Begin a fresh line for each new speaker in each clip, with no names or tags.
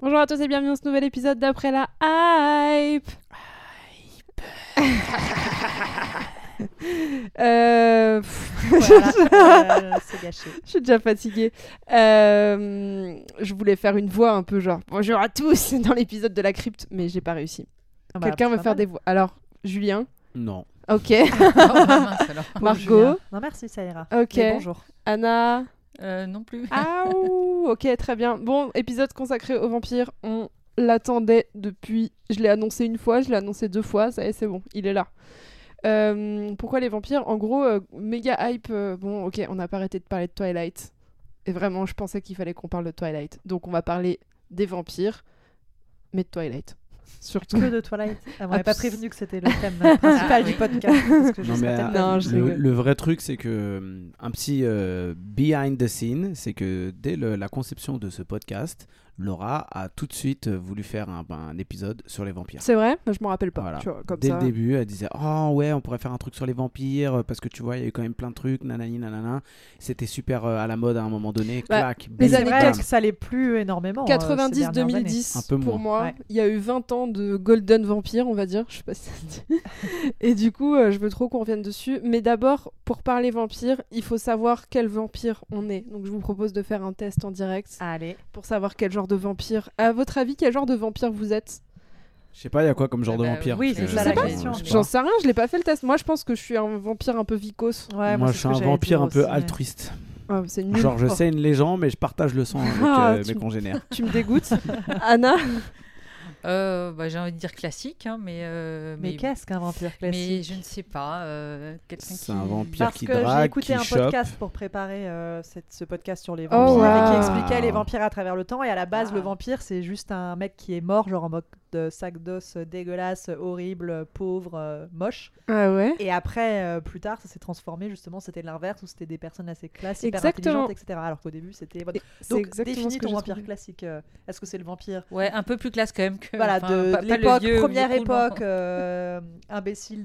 Bonjour à tous et bienvenue dans ce nouvel épisode d'après la hype. Euh, pff,
Voilà, euh, c'est gâché.
je suis déjà fatiguée. Euh, je voulais faire une voix un peu genre bonjour à tous dans l'épisode de la crypte, mais j'ai pas réussi.
Ah bah,
Quelqu'un
c'est
veut
pas
faire
mal.
des voix. Alors, Julien,
Non.
ok.
Ah, mince, alors.
Margot,
Non, merci, ça ira.
Ok.
Mais bonjour.
Anna.
Euh, non plus.
Aouh, ok, très bien. Bon, épisode consacré aux vampires. On l'attendait depuis. Je l'ai annoncé une fois, je l'ai annoncé deux fois. Ça y est, c'est bon, il est là. Euh, pourquoi les vampires En gros, euh, méga hype. euh, bon, ok, on n'a pas arrêté de parler de Twilight. Et vraiment, je pensais qu'il fallait qu'on parle de Twilight. Donc, on va parler des vampires, mais de Twilight. Surtout.
Que de Twilight. Ah, on m'avait pas
Abs-
prévenu que c'était le thème principal
Ah,
du
oui.
podcast. Parce que je
Non,
serais
mais,
peut-être
euh,
pas
Non,
venue.
je sais
Le,
que-
le vrai truc, c'est que hum, un petit euh, behind the scene, c'est que dès le- la conception de ce podcast, Laura a tout de suite euh, voulu faire un, un épisode sur les vampires.
C'est vrai Je m'en rappelle pas.
Voilà.
tu vois, comme
Dès
ça.
le début, elle disait Oh ouais, on pourrait faire un truc sur les vampires euh, parce que tu vois, il y a eu quand même plein de trucs, nanani, nanana. C'était super euh, à la mode à un moment donné.
Bah, les
clac, bim,
C'est
années
vrai
bam.
que ça l'est plus énormément. euh, ces dernières années.
90-2010
Un peu
pour
moins.
moi.
Ouais.
Il y a eu 20 ans de Golden Vampire, on va dire. Je sais pas si ça se dit. Et du coup, euh, je veux trop qu'on revienne dessus. Mais d'abord, pour parler vampire, il faut savoir quel vampire on est. Donc je vous propose de faire un test en direct
Allez.
pour savoir quel genre de vampire. À votre avis, quel genre de vampire vous êtes
Bah. Je sais pas, il y a quoi comme genre
Ah
de
bah,
vampire
oui,
parce
c'est
que
ça la
je-
question.
je sais
J'en
pas.
sais rien, je l'ai pas fait le test. Moi, je pense que je suis un vampire un peu vicose.
Ouais,
Moi,
c'est ce
je suis
que
un
j'allais
vampire
dire
un peu
aussi, hein. mais-
altruiste.
Ah, c'est nul.
Genre, je
Oh,
saigne les gens, mais je partage le sang avec
Ah,
euh,
tu-
mes congénères.
Tu me dégoûtes. Anna
Euh, bah, J'ai envie de dire classique, hein, mais, euh,
Mais qu'est-ce qu'un vampire
mais
classique
je ne sais pas. euh, quelqu'un
C'est
qui-
un vampire
Parce
qui
que j'ai
drague,
écouté
qui
un
chope.
podcast pour préparer euh, cette- ce podcast sur les
Oh,
vampires et qui
wow. Ah.
expliquait les vampires à travers le temps. Et à la base, le
Wow.
vampire, c'est juste un mec qui est mort, genre en mode de sac d'os euh, dégueulasse, euh, horrible, euh, pauvre, euh, moche.
Ah ouais
Et après, euh, plus tard, ça s'est transformé justement, c'était l'inverse où c'était des personnes assez classes, hyper
Exactement.
intelligentes, etc. Alors qu'au début, c'était. voilà.
C'est
Donc,
exactement
définis
ce que
ton
j'ai
vampire
trouvé. Euh,
classique. euh, Est-ce que c'est le vampire
Bah, Ouais, un peu plus classe quand même que.
voilà,
enfin,
de
pas- pas
de
le
l'époque,
vieux-
première
vieux roulement.
époque, euh, imbécile,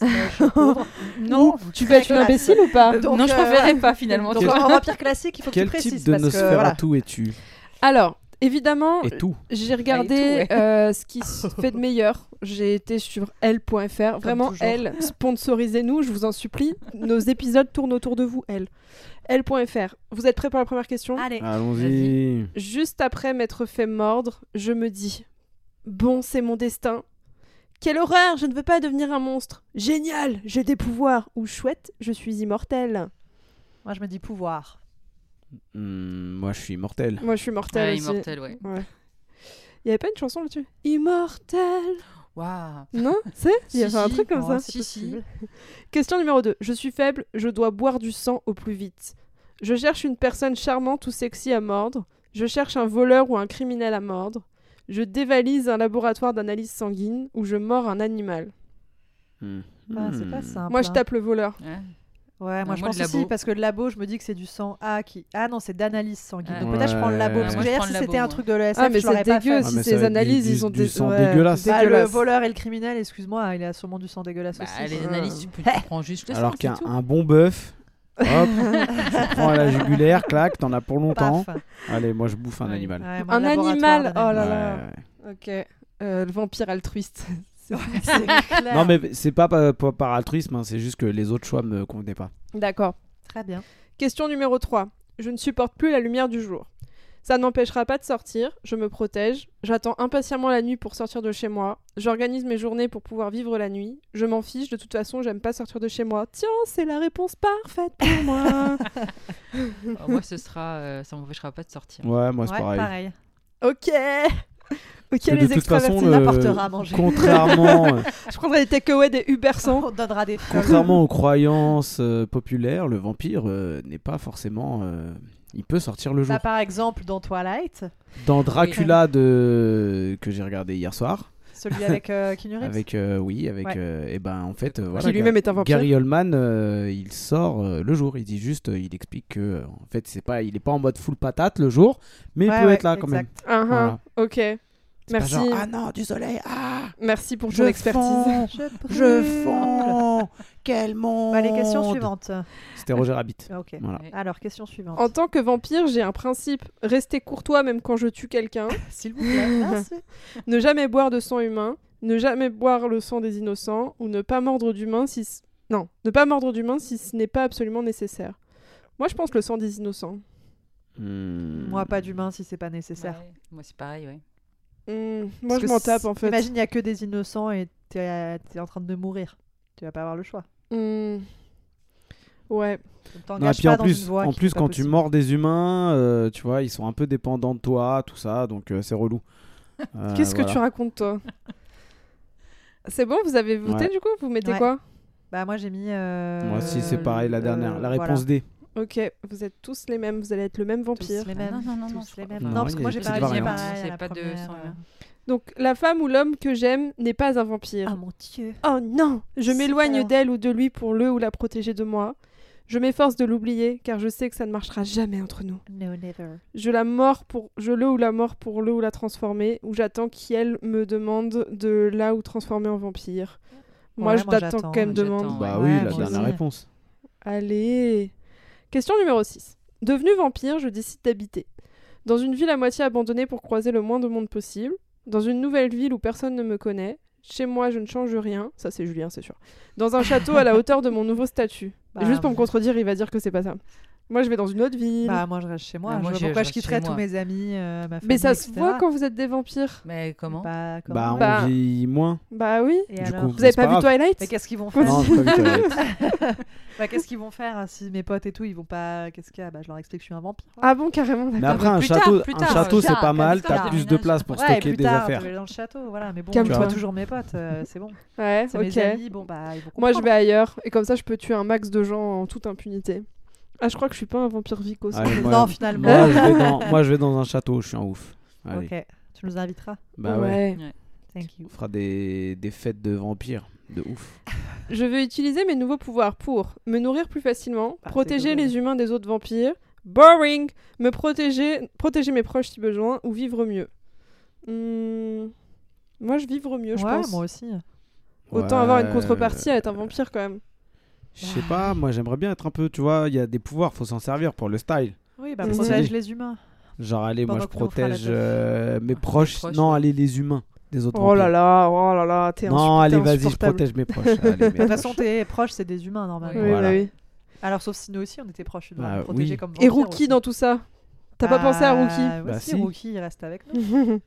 moche, pauvre.
Non,
Tu vas être une
classe.
imbécile ou pas
Donc,
non, je
euh,
préférais pas finalement.
Donc
tu
en
vois.
vampire classique, il faut que tu
Quel
précises
type de
parce que voilà.
Nosferatu es-tu
Alors, évidemment,
Et tout.
J'ai regardé
tout, ouais.
euh, ce qui se fait de meilleur. J'ai été sur elle.fr. Vraiment,
toujours.
elle, sponsorisez-nous, je vous en supplie. Nos épisodes tournent autour de vous, elle. Elle.fr. Vous êtes prêts pour la première question
Ah.
Allez.
Ah. Allons-y.
Juste après m'être fait mordre, je me dis Bon, c'est mon destin. Quelle horreur, je ne veux pas devenir un monstre. Génial, j'ai des pouvoirs. Ou chouette, je suis immortelle.
Moi, je me dis pouvoir.
Hmm, moi, je suis immortel.
Moi, je suis
Ouais,
mortelle aussi.
immortel, ouais.
Ouais. Il n'y avait pas une chanson là-dessus Immortelle
Waouh.
Non C'est Il y
Si,
avait un
si.
truc comme ça.
Oh, si, si.
Question numéro 2. Je suis faible, je dois boire du sang au plus vite. Je cherche une personne charmante ou sexy à mordre. Je cherche un voleur ou un criminel à mordre. Je dévalise un laboratoire d'analyse sanguine ou je mords un animal.
Hmm.
Ah, c'est pas
Hmm.
simple.
Moi, je
hein.
tape le voleur.
Ouais.
Ouais, moi,
Ah,
je
moi,
pense
le labo.
aussi parce que le labo, je me dis que c'est du sang A qui. Ah non, c'est d'analyse sanguine.
Ouais.
Donc peut-être je prends le labo
Ouais.
parce que
Moi, je
d'ailleurs,
prends
si
le
c'était
labo,
un
moi.
truc de l'ESF,
Ah, mais
je l'aurais
c'est
pas
dégueu
fait.
Ah,
si
mais ça
ces
va être
analyses,
du-
ils ont
du
des.
sang dégueulasse.
Bah, le
dégueulasse.
voleur et le criminel, excuse-moi, il a sûrement du sang dégueulasse
Bah,
aussi.
les
euh,
analyses, tu, peux, tu prends juste le
Alors
sang,
qu'un
c'est tout.
un bon bœuf, hop, tu prends à la jugulaire, clac, t'en as pour longtemps.
Paf. Ouais,
Allez, moi, je bouffe un animal.
moi,
Un
le laboratoire
animal Oh
d'analyse.
là
Ouais,
là
ouais.
Ok. Euh, le vampire altruiste. C'est-
C'est clair.
Non, mais c'est pas par, par- par altruisme, hein, c'est juste que les autres choix me convenaient pas.
D'accord.
Très bien.
Question numéro 3. Je ne supporte plus la lumière du jour. Ça n'empêchera pas de sortir, je me protège, j'attends impatiemment la nuit pour sortir de chez moi, j'organise mes journées pour pouvoir vivre la nuit, je m'en fiche, de toute façon j'aime pas sortir de chez moi. Tiens, c'est la réponse parfaite pour moi.
Alors, Moi, ce sera, euh, ça m'empêchera pas de sortir.
Ouais, moi, c'est
Ouais,
pareil.
pareil.
ok. Ah, Ok
Parce que
les
de toute façon,
extravertis.
le-
n'apportera à manger.
contrairement, euh,
Je prendrai des takeaways des Uber sans.
On donnera des fioles.
contrairement aux croyances euh, populaires, le vampire euh, n'est pas forcément. euh, il peut sortir le jour.
Bah, par exemple, dans Twilight,
Dans Dracula de... que j'ai regardé hier soir,
celui avec euh, Keanu Reeves.
avec euh, oui, avec
Ouais.
et ben en fait euh, voilà,
Qui lui-même est un vampire.
Gary Oldman, euh, il sort euh, le jour. Il dit juste, euh, il explique que euh, en fait c'est pas, il est pas en mode full patate le jour, mais
Ouais, Uh-huh.
il peut
ouais,
être là quand même.
exact.
Ah ah,
Voilà.
Ok.
C'est pas
Merci.
genre, ah non, du soleil, ah
Merci pour
Je
ton expertise.
fonds,
Je,
je fonds, quel monde
Bah, les questions suivantes.
C'était Roger Rabbit.
Ah, Ok.
Voilà.
Alors, question suivante.
En tant que vampire, j'ai un principe rester courtois même quand je tue quelqu'un,
S'il vous plaît. Merci.
ne jamais boire de sang humain, ne jamais boire le sang des innocents ou ne pas mordre d'humain si ce- non, ne pas mordre d'humain si ce n'est pas absolument nécessaire. Moi, je pense le sang des innocents.
Hmm.
Moi, pas d'humain si c'est pas nécessaire.
Ouais, Moi, c'est pareil, ouais.
Hmm, moi,
Parce
je
que
m'en
si-
tape en fait.
Imagine, il y a que des innocents et t'es es en train de mourir. Tu vas pas avoir le choix.
Hmm. Ouais.
Donc,
Non, et
t'engages
puis
pas
en
dans
plus,
une voie
en
qui
plus
est pas
quand tu
possible.
mords des humains, euh, tu vois, ils sont un peu dépendants de toi, tout ça, donc euh, c'est relou. Euh,
Qu'est-ce que
voilà.
tu racontes toi C'est bon, vous avez voté
Ouais.
du coup Vous mettez
Ouais.
quoi
Bah, moi, j'ai mis. euh,
Moi aussi, c'est pareil, la
euh,
dernière. la
voilà.
réponse D.
Ok, vous êtes tous les mêmes, vous allez être le même
Tous
vampire.
les
Ah,
mêmes.
non, non, non,
tous
non,
les
je
mêmes.
crois
pas.
Non, parce
Non,
que moi,
il y
j'ai
a des
pas
petites
réussi
variantes.
pareil. à
C'est
la
pas de
première,
sang
euh.
humain.
hein.
Donc la femme ou l'homme que j'aime n'est pas un
Ah
vampire.
mon dieu.
Oh non, je
Si,
m'éloigne
alors.
d'elle ou de lui pour le ou la protéger de moi. Je m'efforce de l'oublier car je sais que ça ne marchera jamais entre nous.
No, never.
Je la mords pour je le ou la mort pour le ou la transformer ou j'attends qu'elle me demande de la ou transformer en vampire. Moi
Ouais,
je
moi,
t'attends
j'attends,
qu'elle me
j'attends.
demande.
Bah
Ouais,
oui,
moi
la dernière
aussi.
réponse.
Allez. Question numéro 6. Devenu vampire, je décide d'habiter. Dans une ville à moitié abandonnée pour croiser le moins de monde possible. Dans une nouvelle ville où personne ne me connaît. Chez moi, je ne change rien. Ça, c'est Julien, c'est sûr. Dans un château à la hauteur de mon nouveau statut.
Bah,
Juste pour me
ouais.
contredire, il va dire que c'est pas ça. Moi, je vais dans une autre
Mmh.
ville.
Bah, moi, je reste chez moi.
Ah, moi,
je vois
je-
pourquoi
je
je
reste chez
quitterais tous
moi.
mes amis, euh, ma famille.
Mais ça se
etc.
voit quand vous êtes des vampires.
Mais comment
Bah, comment
Bah, on
Bah,
vit moins.
Bah oui.
Et
du
alors
coup,
Vous avez
c'est
pas,
pas
vu Twilight
Mais qu'est-ce qu'ils vont faire
Non, j'ai pas vu Twilight.
Bah, Qu'est-ce qu'ils vont faire hein, si mes potes et tout, ils vont pas. Qu'est-ce qu'il y a bah, Je leur explique que je suis un vampire.
Ah bon, carrément. d'accord.
Mais après, un
plus tard,
château,
plus
un
tard,
château,
plus
c'est
tard,
pas
plus
mal.
tard,
T'as
plus
plus de
tard.
place pour
ouais, et
stocker
plus
des
tard,
affaires.
je vais dans le château, voilà. Mais bon, je
Calme-toi.
vois toujours mes potes, euh, c'est bon.
Ouais,
C'est
ok.
mes amis, bon, bah, ils vont
Moi, je
comprendre.
vais ailleurs. Et comme ça, je peux tuer un max de gens en toute impunité. Ah, je crois que je suis pas un vampire vico. ça.
Allez, moi,
Non, finalement.
Moi, je vais dans- moi, je vais dans un château, je suis un ouf. Allez.
Ok, tu nous inviteras.
Bah
ouais.
ouais.
Thank you.
On fera des, des fêtes de vampires, de ouf.
Je veux utiliser mes nouveaux pouvoirs pour me nourrir plus facilement,
Ah, c'est
protéger
dodo.
les humains des autres vampires, boring, me protéger, protéger mes proches si besoin, ou vivre mieux. Hmm, Moi, je vivre mieux, je
ouais,
pense.
moi aussi.
Autant avoir une
Ouais.
contrepartie à être un vampire quand même.
Je sais pas, moi j'aimerais bien être un peu, tu vois, il y a des pouvoirs, faut s'en servir pour le style.
Oui, bah,
Mhm.
protège les humains. Bah,
Genre, allez, moi
Pendant
je
que nous, on fera la Ah,
protège
teuf.
euh, mes proches.
proches,
non,
ouais.
allez, les humains des autres
Oh là
vampires.
là, oh là là, t'es
Non,
insu- t'es
allez, vas-y, je
insupportable.
protège mes proches. Allez, mes
De toute
proches.
façon, tes proches, c'est des humains, normalement.
Oui,
Voilà.
bah oui.
Alors, sauf si nous aussi, on était proches, nous
Bah,
on protégés
oui.
comme
Et
vampires
Rookie
aussi.
dans tout ça T'as pas pensé à Rookie
Bah,
Bah,
si,
si.
Rookie, il reste avec nous.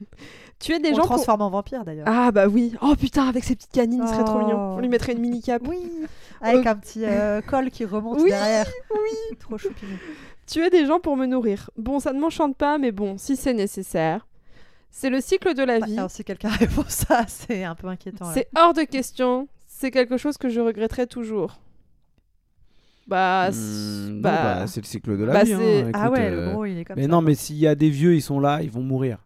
Tuer
On
des
le
gens pour...
transforme en vampire, d'ailleurs.
Ah bah oui. Oh putain, avec ses petites canines, il serait trop
Oh.
mignon. On lui mettrait une mini cape.
Oui, avec un petit euh, col qui remonte
oh. Oui,
derrière. Oui, trop choupinou.
Tuer des gens pour me nourrir. Bon, ça ne m'enchante pas, mais bon, si c'est nécessaire. C'est le cycle de la
Bah,
vie.
alors, si quelqu'un répond ça, c'est un peu inquiétant. là.
C'est hors de question. C'est quelque chose que je regretterai toujours. Bah, c-
Hmm, non,
bah,
bah, c'est le cycle de la
bah,
vie. hein,
c'est-
écoute,
Ah ouais,
euh,
le gros, il est comme
Mais
ça.
non, mais s'il y a des vieux, ils sont là, ils vont mourir.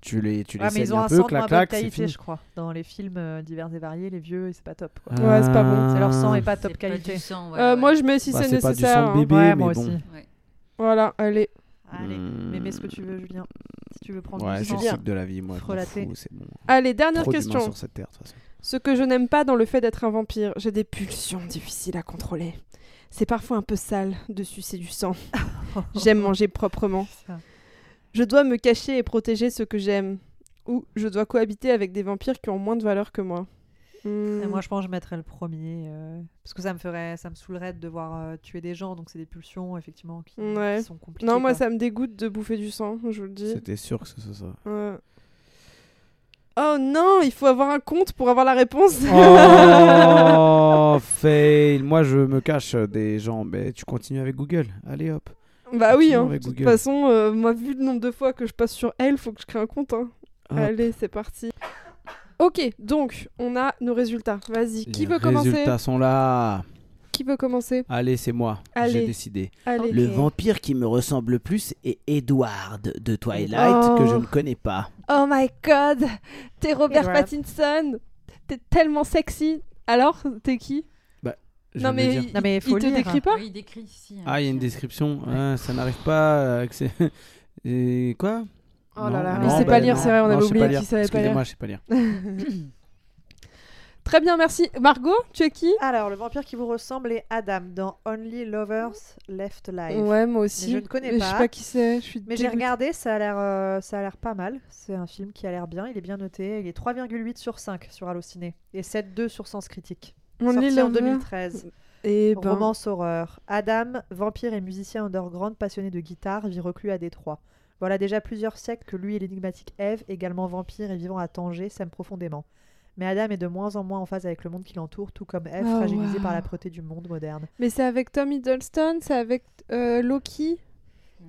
Tu les, tu
Ouais,
les
mais
saignes
ils ont
un,
un
peu,
sang de moins
clac,
bonne
clac, c'est
qualité,
fini.
je crois. Dans les films euh, divers et variés, les vieux, et c'est pas top. Quoi.
Ouais, c'est pas bon.
Ah.
C'est Leur sang est pas
C'est
top
pas du
qualité.
sang, ouais,
euh,
ouais.
moi je mets si
Bah,
c'est
c'est pas du
nécessaire.
sang de
hein.
bébé,
ouais,
mais
moi
bon. Hmm.
aussi.
Voilà, allez.
Allez, mais mets ce que tu veux, Julien. Si tu veux prendre
Ouais,
du
c'est
sang.
le
Julien.
cycle de la vie, moi. je m'en
Frelaté.
fous, c'est bon.
Allez, dernière
Trop d'humains
question.
sur cette terre, de toute façon.
Ce que je n'aime pas dans le fait d'être un vampire, j'ai des pulsions difficiles à contrôler. C'est parfois un peu sale de sucer du sang. J'aime manger proprement.
Putain.
Je dois me cacher et protéger ce que j'aime. Ou je dois cohabiter avec des vampires qui ont moins de valeur que moi. Hmm.
Et Ah, moi, je pense que je mettrais le premier. euh, parce que ça me ferait, ça me saoulerait de devoir euh, tuer des gens. Donc, c'est des pulsions, effectivement, qui,
Ouais.
qui sont compliquées.
non, moi
quoi.
ça me dégoûte de bouffer du sang, je vous le dis.
C'était sûr que ce soit ça.
Ouais. Oh non, il faut avoir un compte pour avoir la réponse.
Oh, fail. Moi, je me cache des gens. Mais tu continues avec Google. Allez, hop.
bah oui, hein.
Continuons
de
Oh. avec
toute
Google.
façon, euh, moi vu le nombre de fois que je passe sur elle, faut que je crée un compte. hein.
Hop.
Allez, c'est parti. Ok, donc on a nos résultats. Vas-y, qui
Les
veut
résultats
commencer
sont là.
Qui veut commencer
Allez, c'est moi.
Allez.
J'ai décidé.
Allez.
Le vampire qui me ressemble le plus est Edward de Twilight,
Twilight, Oh.
que je ne connais pas.
Oh my god, t'es Robert
Edward.
Pattinson, t'es tellement sexy. Alors, t'es qui Non mais, il,
Non, mais
il
faut
te
lire.
décrit pas
Oui, il décrit hein, ici.
Ah, il y a une description. Ah, ça n'arrive pas. euh, que c'est- Et quoi
Oh là là,
Non,
il
non,
sait
bah,
pas lire,
non,
c'est vrai, on
non, je
avait
sais pas
oublié
lire.
qu'il savait pas lire.
Excusez-moi, je sais pas lire.
Très bien, merci. Margot, tu es qui
Alors, le vampire qui vous ressemble est Adam dans Only Lovers Left Live.
Ouais, moi aussi.
Mais je ne connais
Mais
pas.
Je sais pas qui c'est. Je suis
Mais j'ai
dégoûtée.
regardé, ça a l'air euh, ça a l'air pas mal. C'est un film qui a l'air bien, il est bien noté, il est 3,8 sur 5 sur Allociné et 7,2 sur Sens Critique.
On lit
Sorti en
le verre.
2013.
Et ben,
Romance horreur. Adam, vampire et musicien underground passionné de guitare, vit reclus à Détroit. Voilà déjà plusieurs siècles que lui et l'énigmatique Eve, également vampire et vivant à Tanger, s'aiment profondément. Mais Adam est de moins en moins en phase avec le monde qui l'entoure, tout comme Eve,
Oh,
fragilisée par
wow.
la beauté du monde moderne.
Mais c'est avec Tom Hiddleston, c'est avec euh, Loki.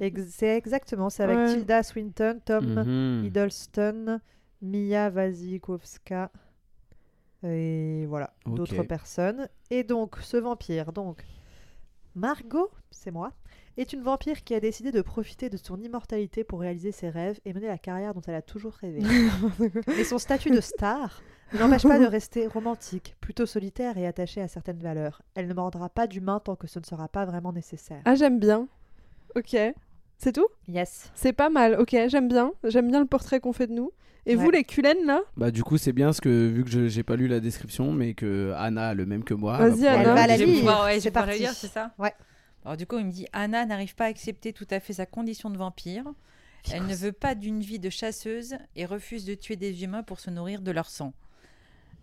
Ex- c'est exactement, c'est avec
Mm. Ouais.
Tilda Swinton, Tom
Mhm.
Hiddleston, Mia Wasikowska et voilà
Ok.
d'autres personnes. Et donc ce vampire, donc Margot, c'est moi, est une vampire qui a décidé de profiter de son immortalité pour réaliser ses rêves et mener la carrière dont elle a toujours rêvé. Mais son statut de star ne l'empêche pas de rester romantique, plutôt solitaire et attachée à certaines valeurs. Elle ne mordra pas d'humain tant que ce ne sera pas vraiment nécessaire.
Ah, j'aime bien. Ok. C'est tout
Yes.
C'est pas mal. Ok, j'aime bien. J'aime bien le portrait qu'on fait de nous. Et
Ouais.
vous, les culaines, là
Bah du coup c'est bien ce que vu que je- j'ai pas lu la description mais que Anna a le même que moi.
Vas-y,
bah,
Anna.
pour
Elle va
la
Je vais
lire.
pouvoir- ouais, je
C'est
vais pouvoir la
parti.
lire, c'est ça
Ouais.
Alors du coup, il me dit Anna n'arrive pas à accepter tout à fait sa condition de vampire. Elle ne veut pas d'une vie de chasseuse et refuse de tuer des humains pour se nourrir de leur sang.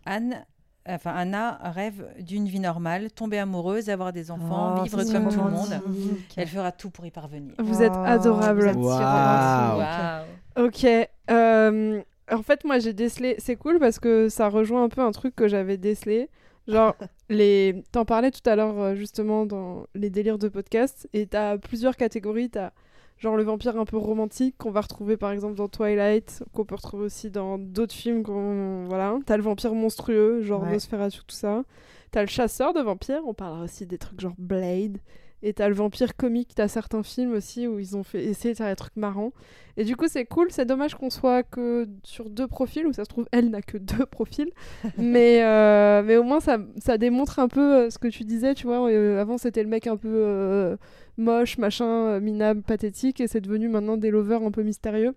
Anne, enfin Anna rêve d'une vie normale, tomber amoureuse, avoir des enfants,
Oh,
vivre
c'est
comme tout le
romantique.
monde. Elle fera tout pour y parvenir.
Vous êtes
Oh,
adorable.
vous êtes si
Waouh.
romantique.
Waouh.
Ok. euh, en fait, moi, j'ai décelé. C'est cool parce que ça rejoint un peu un truc que j'avais décelé. Genre, les... t'en parlais tout à l'heure, euh, justement, dans les délires de podcast. Et t'as plusieurs catégories. T'as genre le vampire un peu romantique qu'on va retrouver, par exemple, dans Twilight, qu'on peut retrouver aussi dans d'autres films. qu'on- Voilà. T'as le vampire monstrueux, genre
Ouais.
Nosferatu, tout ça. T'as le chasseur de vampires. On parlera aussi des trucs genre Blade. Et t'as le vampire comique. T'as certains films aussi où ils ont fait essayer de faire des trucs marrants. Et du coup, c'est cool. C'est dommage qu'on soit que sur deux profils, où ça se trouve, elle n'a que deux profils. mais, euh, mais au moins, ça, ça démontre un peu euh, ce que tu disais, tu vois. euh, avant, c'était le mec un peu euh, moche, machin, euh, minable, pathétique. Et c'est devenu maintenant des lovers un peu mystérieux.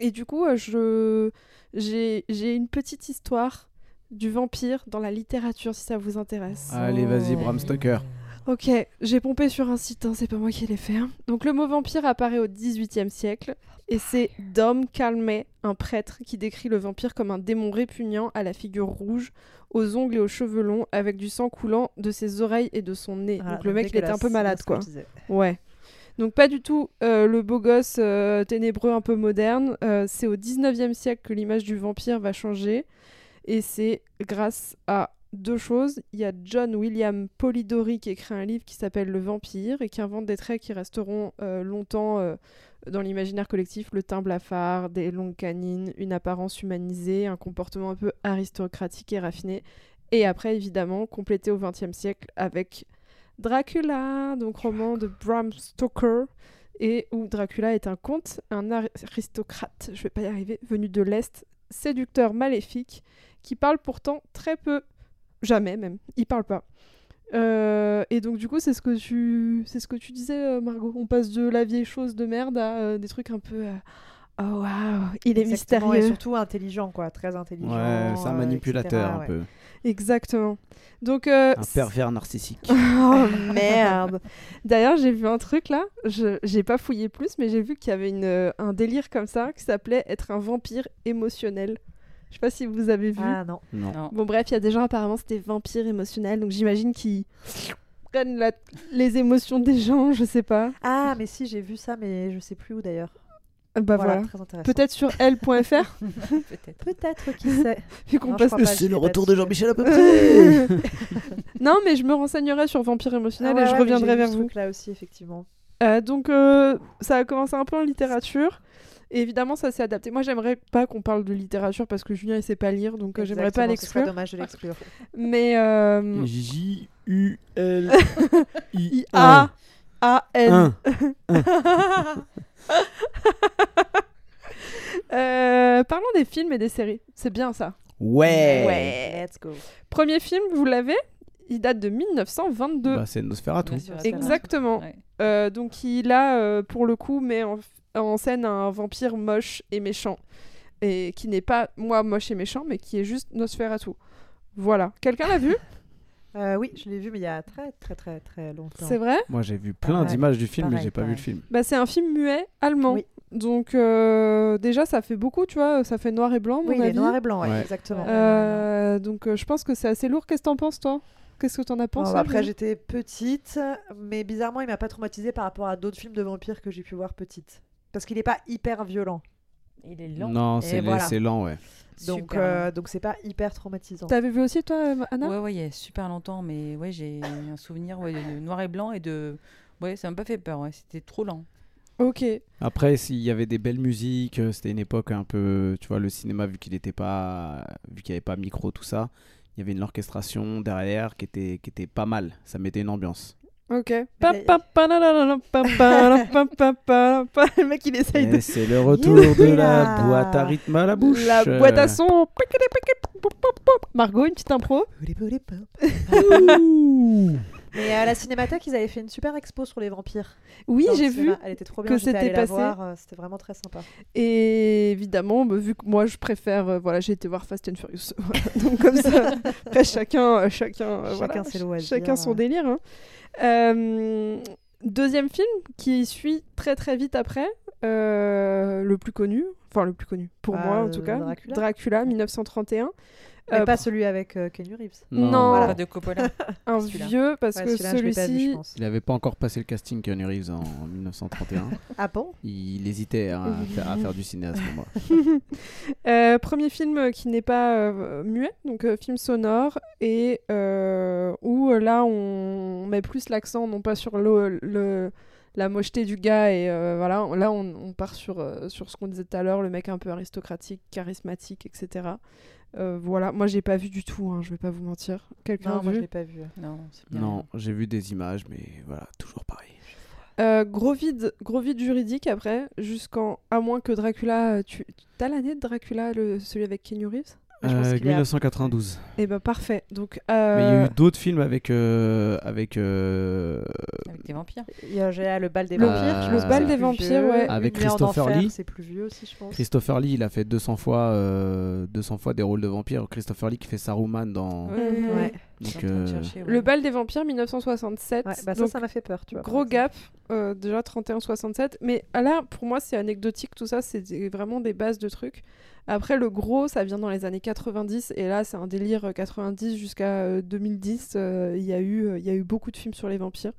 Et du coup, euh, je j'ai j'ai une petite histoire du vampire dans la littérature, si ça vous intéresse.
Allez vas-y Bram Stoker.
Ok, j'ai pompé sur un site, hein, c'est pas moi qui l'ai fait. hein. Donc le mot vampire apparaît au XVIIIe siècle, et c'est Dom Calmet, un prêtre, qui décrit le vampire comme un démon répugnant à la figure rouge, aux ongles et aux cheveux longs, avec du sang coulant de ses oreilles et de son nez.
Voilà,
donc le mec, il était un
Ah, dégueulasse,
peu malade,
c'est ce
quoi.
que je disais.
Ouais. Donc pas du tout euh, le beau gosse euh, ténébreux un peu moderne. Euh, c'est au 19e siècle que l'image du vampire va changer. Et c'est grâce à deux choses. Il y a John William Polidori qui écrit un livre qui s'appelle Le Vampire et qui invente des traits qui resteront euh, longtemps euh, dans l'imaginaire collectif. Le teint blafard, des longues canines, une apparence humanisée, un comportement un peu aristocratique et raffiné. Et après, évidemment, complété au XXe siècle avec Dracula, donc roman de Bram Stoker, et où Dracula est un comte, un aristocrate, je vais pas y arriver, venu de l'Est, séducteur maléfique, qui parle pourtant très peu, jamais même, il parle pas. Euh, et donc du coup, c'est ce que tu, c'est ce que tu disais, euh, Margot. On passe de la vieille chose de merde à euh, des trucs un peu, euh, oh waouh, il est
Exactement,
mystérieux.
Et surtout intelligent, quoi. Très intelligent.
Ouais, c'est un
euh,
manipulateur
etc.,
un
ouais.
peu,
Exactement. Donc euh,
un pervers narcissique.
Oh,
Merde.
D'ailleurs, j'ai vu un truc là, je j'ai pas fouillé plus, mais j'ai vu qu'il y avait une, euh, un délire comme ça qui s'appelait être un vampire émotionnel. Je sais pas si vous avez vu.
ah non.
Non.
Non.
Bon, bref, il y a des gens apparemment c'était vampire émotionnel, donc j'imagine qu'ils prennent la- les émotions des gens, je sais pas.
Ah, mais si, j'ai vu ça, mais je sais plus où d'ailleurs.
Euh, Bah
voilà,
voilà.
très intéressant.
Peut-être sur l.fr,
Peut-être.
Peut-être qui sait. Ah,
vu
Non,
qu'on
je
passe.
crois pas, je l'ai pas dessus.
à peu
non, mais je me renseignerai sur vampire
Ah
émotionnel
ouais,
et je
ouais, mais
reviendrai
j'ai vu
vers
ce
vous.
truc Là aussi, effectivement.
Euh, donc euh, ça a commencé un peu en littérature. Et évidemment, ça s'est adapté. Moi, j'aimerais pas qu'on parle de littérature parce que Julien, il sait pas lire, donc euh, j'aimerais pas
Exactement, ce serait
l'exclure.
dommage de l'exclure.
Mais euh,
J U L I
I A A N. Euh, parlons des films et des séries. C'est bien ça.
Ouais.
Let's go.
Premier film, vous l'avez Il date de 1922.
Bah, c'est Nosferatu.
Bien sûr,
Exactement.
ouais.
Euh, donc il a euh, pour le coup mais en en scène un vampire moche et méchant. Et qui n'est pas moi moche et méchant, mais qui est juste Nosferatu. Voilà. Quelqu'un l'a vu
Euh, oui, je l'ai vu, mais il y a très, très, très, très longtemps.
C'est vrai
Moi, j'ai vu plein
Pareil,
d'images du film, mais
pareil,
j'ai pas vu
pareil.
le film.
Bah, c'est un film muet allemand.
Oui.
Donc euh, déjà, ça fait beaucoup, tu vois, ça fait noir et blanc, à mon
Oui, il est
avis.
noir et blanc, ouais,
Ouais.
exactement.
Euh, donc euh, je pense que c'est assez lourd. Qu'est-ce que t'en penses, toi Qu'est-ce que t'en as
Non,
pensé
bah après,
Julie
j'étais petite, mais bizarrement, il m'a pas traumatisée par rapport à d'autres films de vampires que j'ai pu voir petite. Parce qu'il est pas hyper violent.
Il est lent.
Non, c'est
voilà.
c'est lent, ouais.
Donc,
super
euh, donc c'est pas hyper traumatisant.
T'avais vu aussi, toi, euh, Anna
Ouais, ouais, il y a super longtemps, mais ouais, j'ai un souvenir ouais, de noir et blanc et de. Ouais, ça m'a pas fait peur, ouais, c'était trop lent.
Ok.
Après, s'il y avait des belles musiques, euh, c'était une époque un peu, tu vois, le cinéma vu qu'il n'était pas, vu qu'il n'y avait pas micro tout ça, il y avait une orchestration derrière qui était, qui était pas mal. Ça mettait une ambiance.
Ok.
là,
Pa- pa- pa- la- la- la- la- pa- pa- la- pa- pa- pa- pa- Le mec, il essaye de.
Et C'est le retour de la
Youhouya
boîte à rythme à la bouche.
La boîte à
euh,
son. Margot, une petite impro.
Mais à la Cinémathèque, ils avaient fait une super expo sur les vampires.
Oui,
Dans le
j'ai vu.
cinéma. Elle était trop bien.
que
j'étais
c'était
allée la
passé.
voir, euh, C'était vraiment très sympa.
Et évidemment, bah, vu que moi je préfère, euh, voilà, j'ai été voir Fast and Furious. Voilà. Donc comme ça, après chacun, euh, chacun, euh,
Chacun
voilà,
ses
ch-
loisirs,
chacun son
ouais.
délire. hein. Euh, deuxième film qui suit très très vite après, euh, le plus connu, enfin le plus connu pour
Bah,
moi en tout
euh,
cas,
Dracula.
1931.
Mais
Euh,
pas celui avec euh, Keanu Reeves.
Non,
Non.
Pas
Voilà.
de Coppola.
un
celui-là.
vieux parce
Ouais,
que
celui-là, je l'ai pas vu, je
celui-ci,
pense.
Il n'avait pas encore passé le casting Keanu Reeves en, en 1931.
Ah bon
Il hésitait à, faire- à faire du ciné à ce moment-là.
Euh, premier film qui n'est pas euh, muet, donc euh, film sonore, et euh, où euh, là on met plus l'accent non pas sur le, le- la mocheté du gars, et euh, voilà, on- là on, on part sur, euh, sur ce qu'on disait tout à l'heure, le mec un peu aristocratique, charismatique, etc. Euh, voilà, moi j'ai pas vu du tout, hein, je vais pas vous mentir. Quelqu'un
Non,
a
moi je
vu
l'ai pas vu.
Non, c'est bien.
Non, j'ai vu des images, mais voilà, toujours pareil.
Euh, gros vide, gros vide juridique après, jusqu'en à moins que Dracula, tu t'as l'année de Dracula, le, celui avec Keanu Reeves
Je pense
Euh,
qu'il est à-
1992.
Eh ben parfait. Donc
Mais il y a
euh,
eu d'autres films avec. euh, avec euh,
Avec des vampires.
Il y a j'ai, ah, le bal des
Le-
vampires.
le bal des
vampires, ouais.
Ah. Avec
Lumière en
Christopher
enfer,
Lee.
C'est plus vieux aussi, je pense.
Christopher Lee, il a fait 200 fois, euh, 200 fois des rôles de vampire. Christopher Lee qui fait Saruman dans.
Ouais.
Ouais.
Je suis
Donc,
en train de
euh,
chercher, ouais.
Le bal des vampires 1967.
Ouais, bah ça,
Donc,
ça m'a fait peur, tu vois. par
gros
exemple.
gap, euh, déjà 31-67. Mais ah là, pour moi, c'est anecdotique tout ça, c'est des- vraiment des bases de trucs. Après, le gros, ça vient dans les années 90, et là, c'est un délire euh, 90 jusqu'à euh, 2010. euh, Il y, a eu, euh, il y a eu beaucoup de films sur les vampires.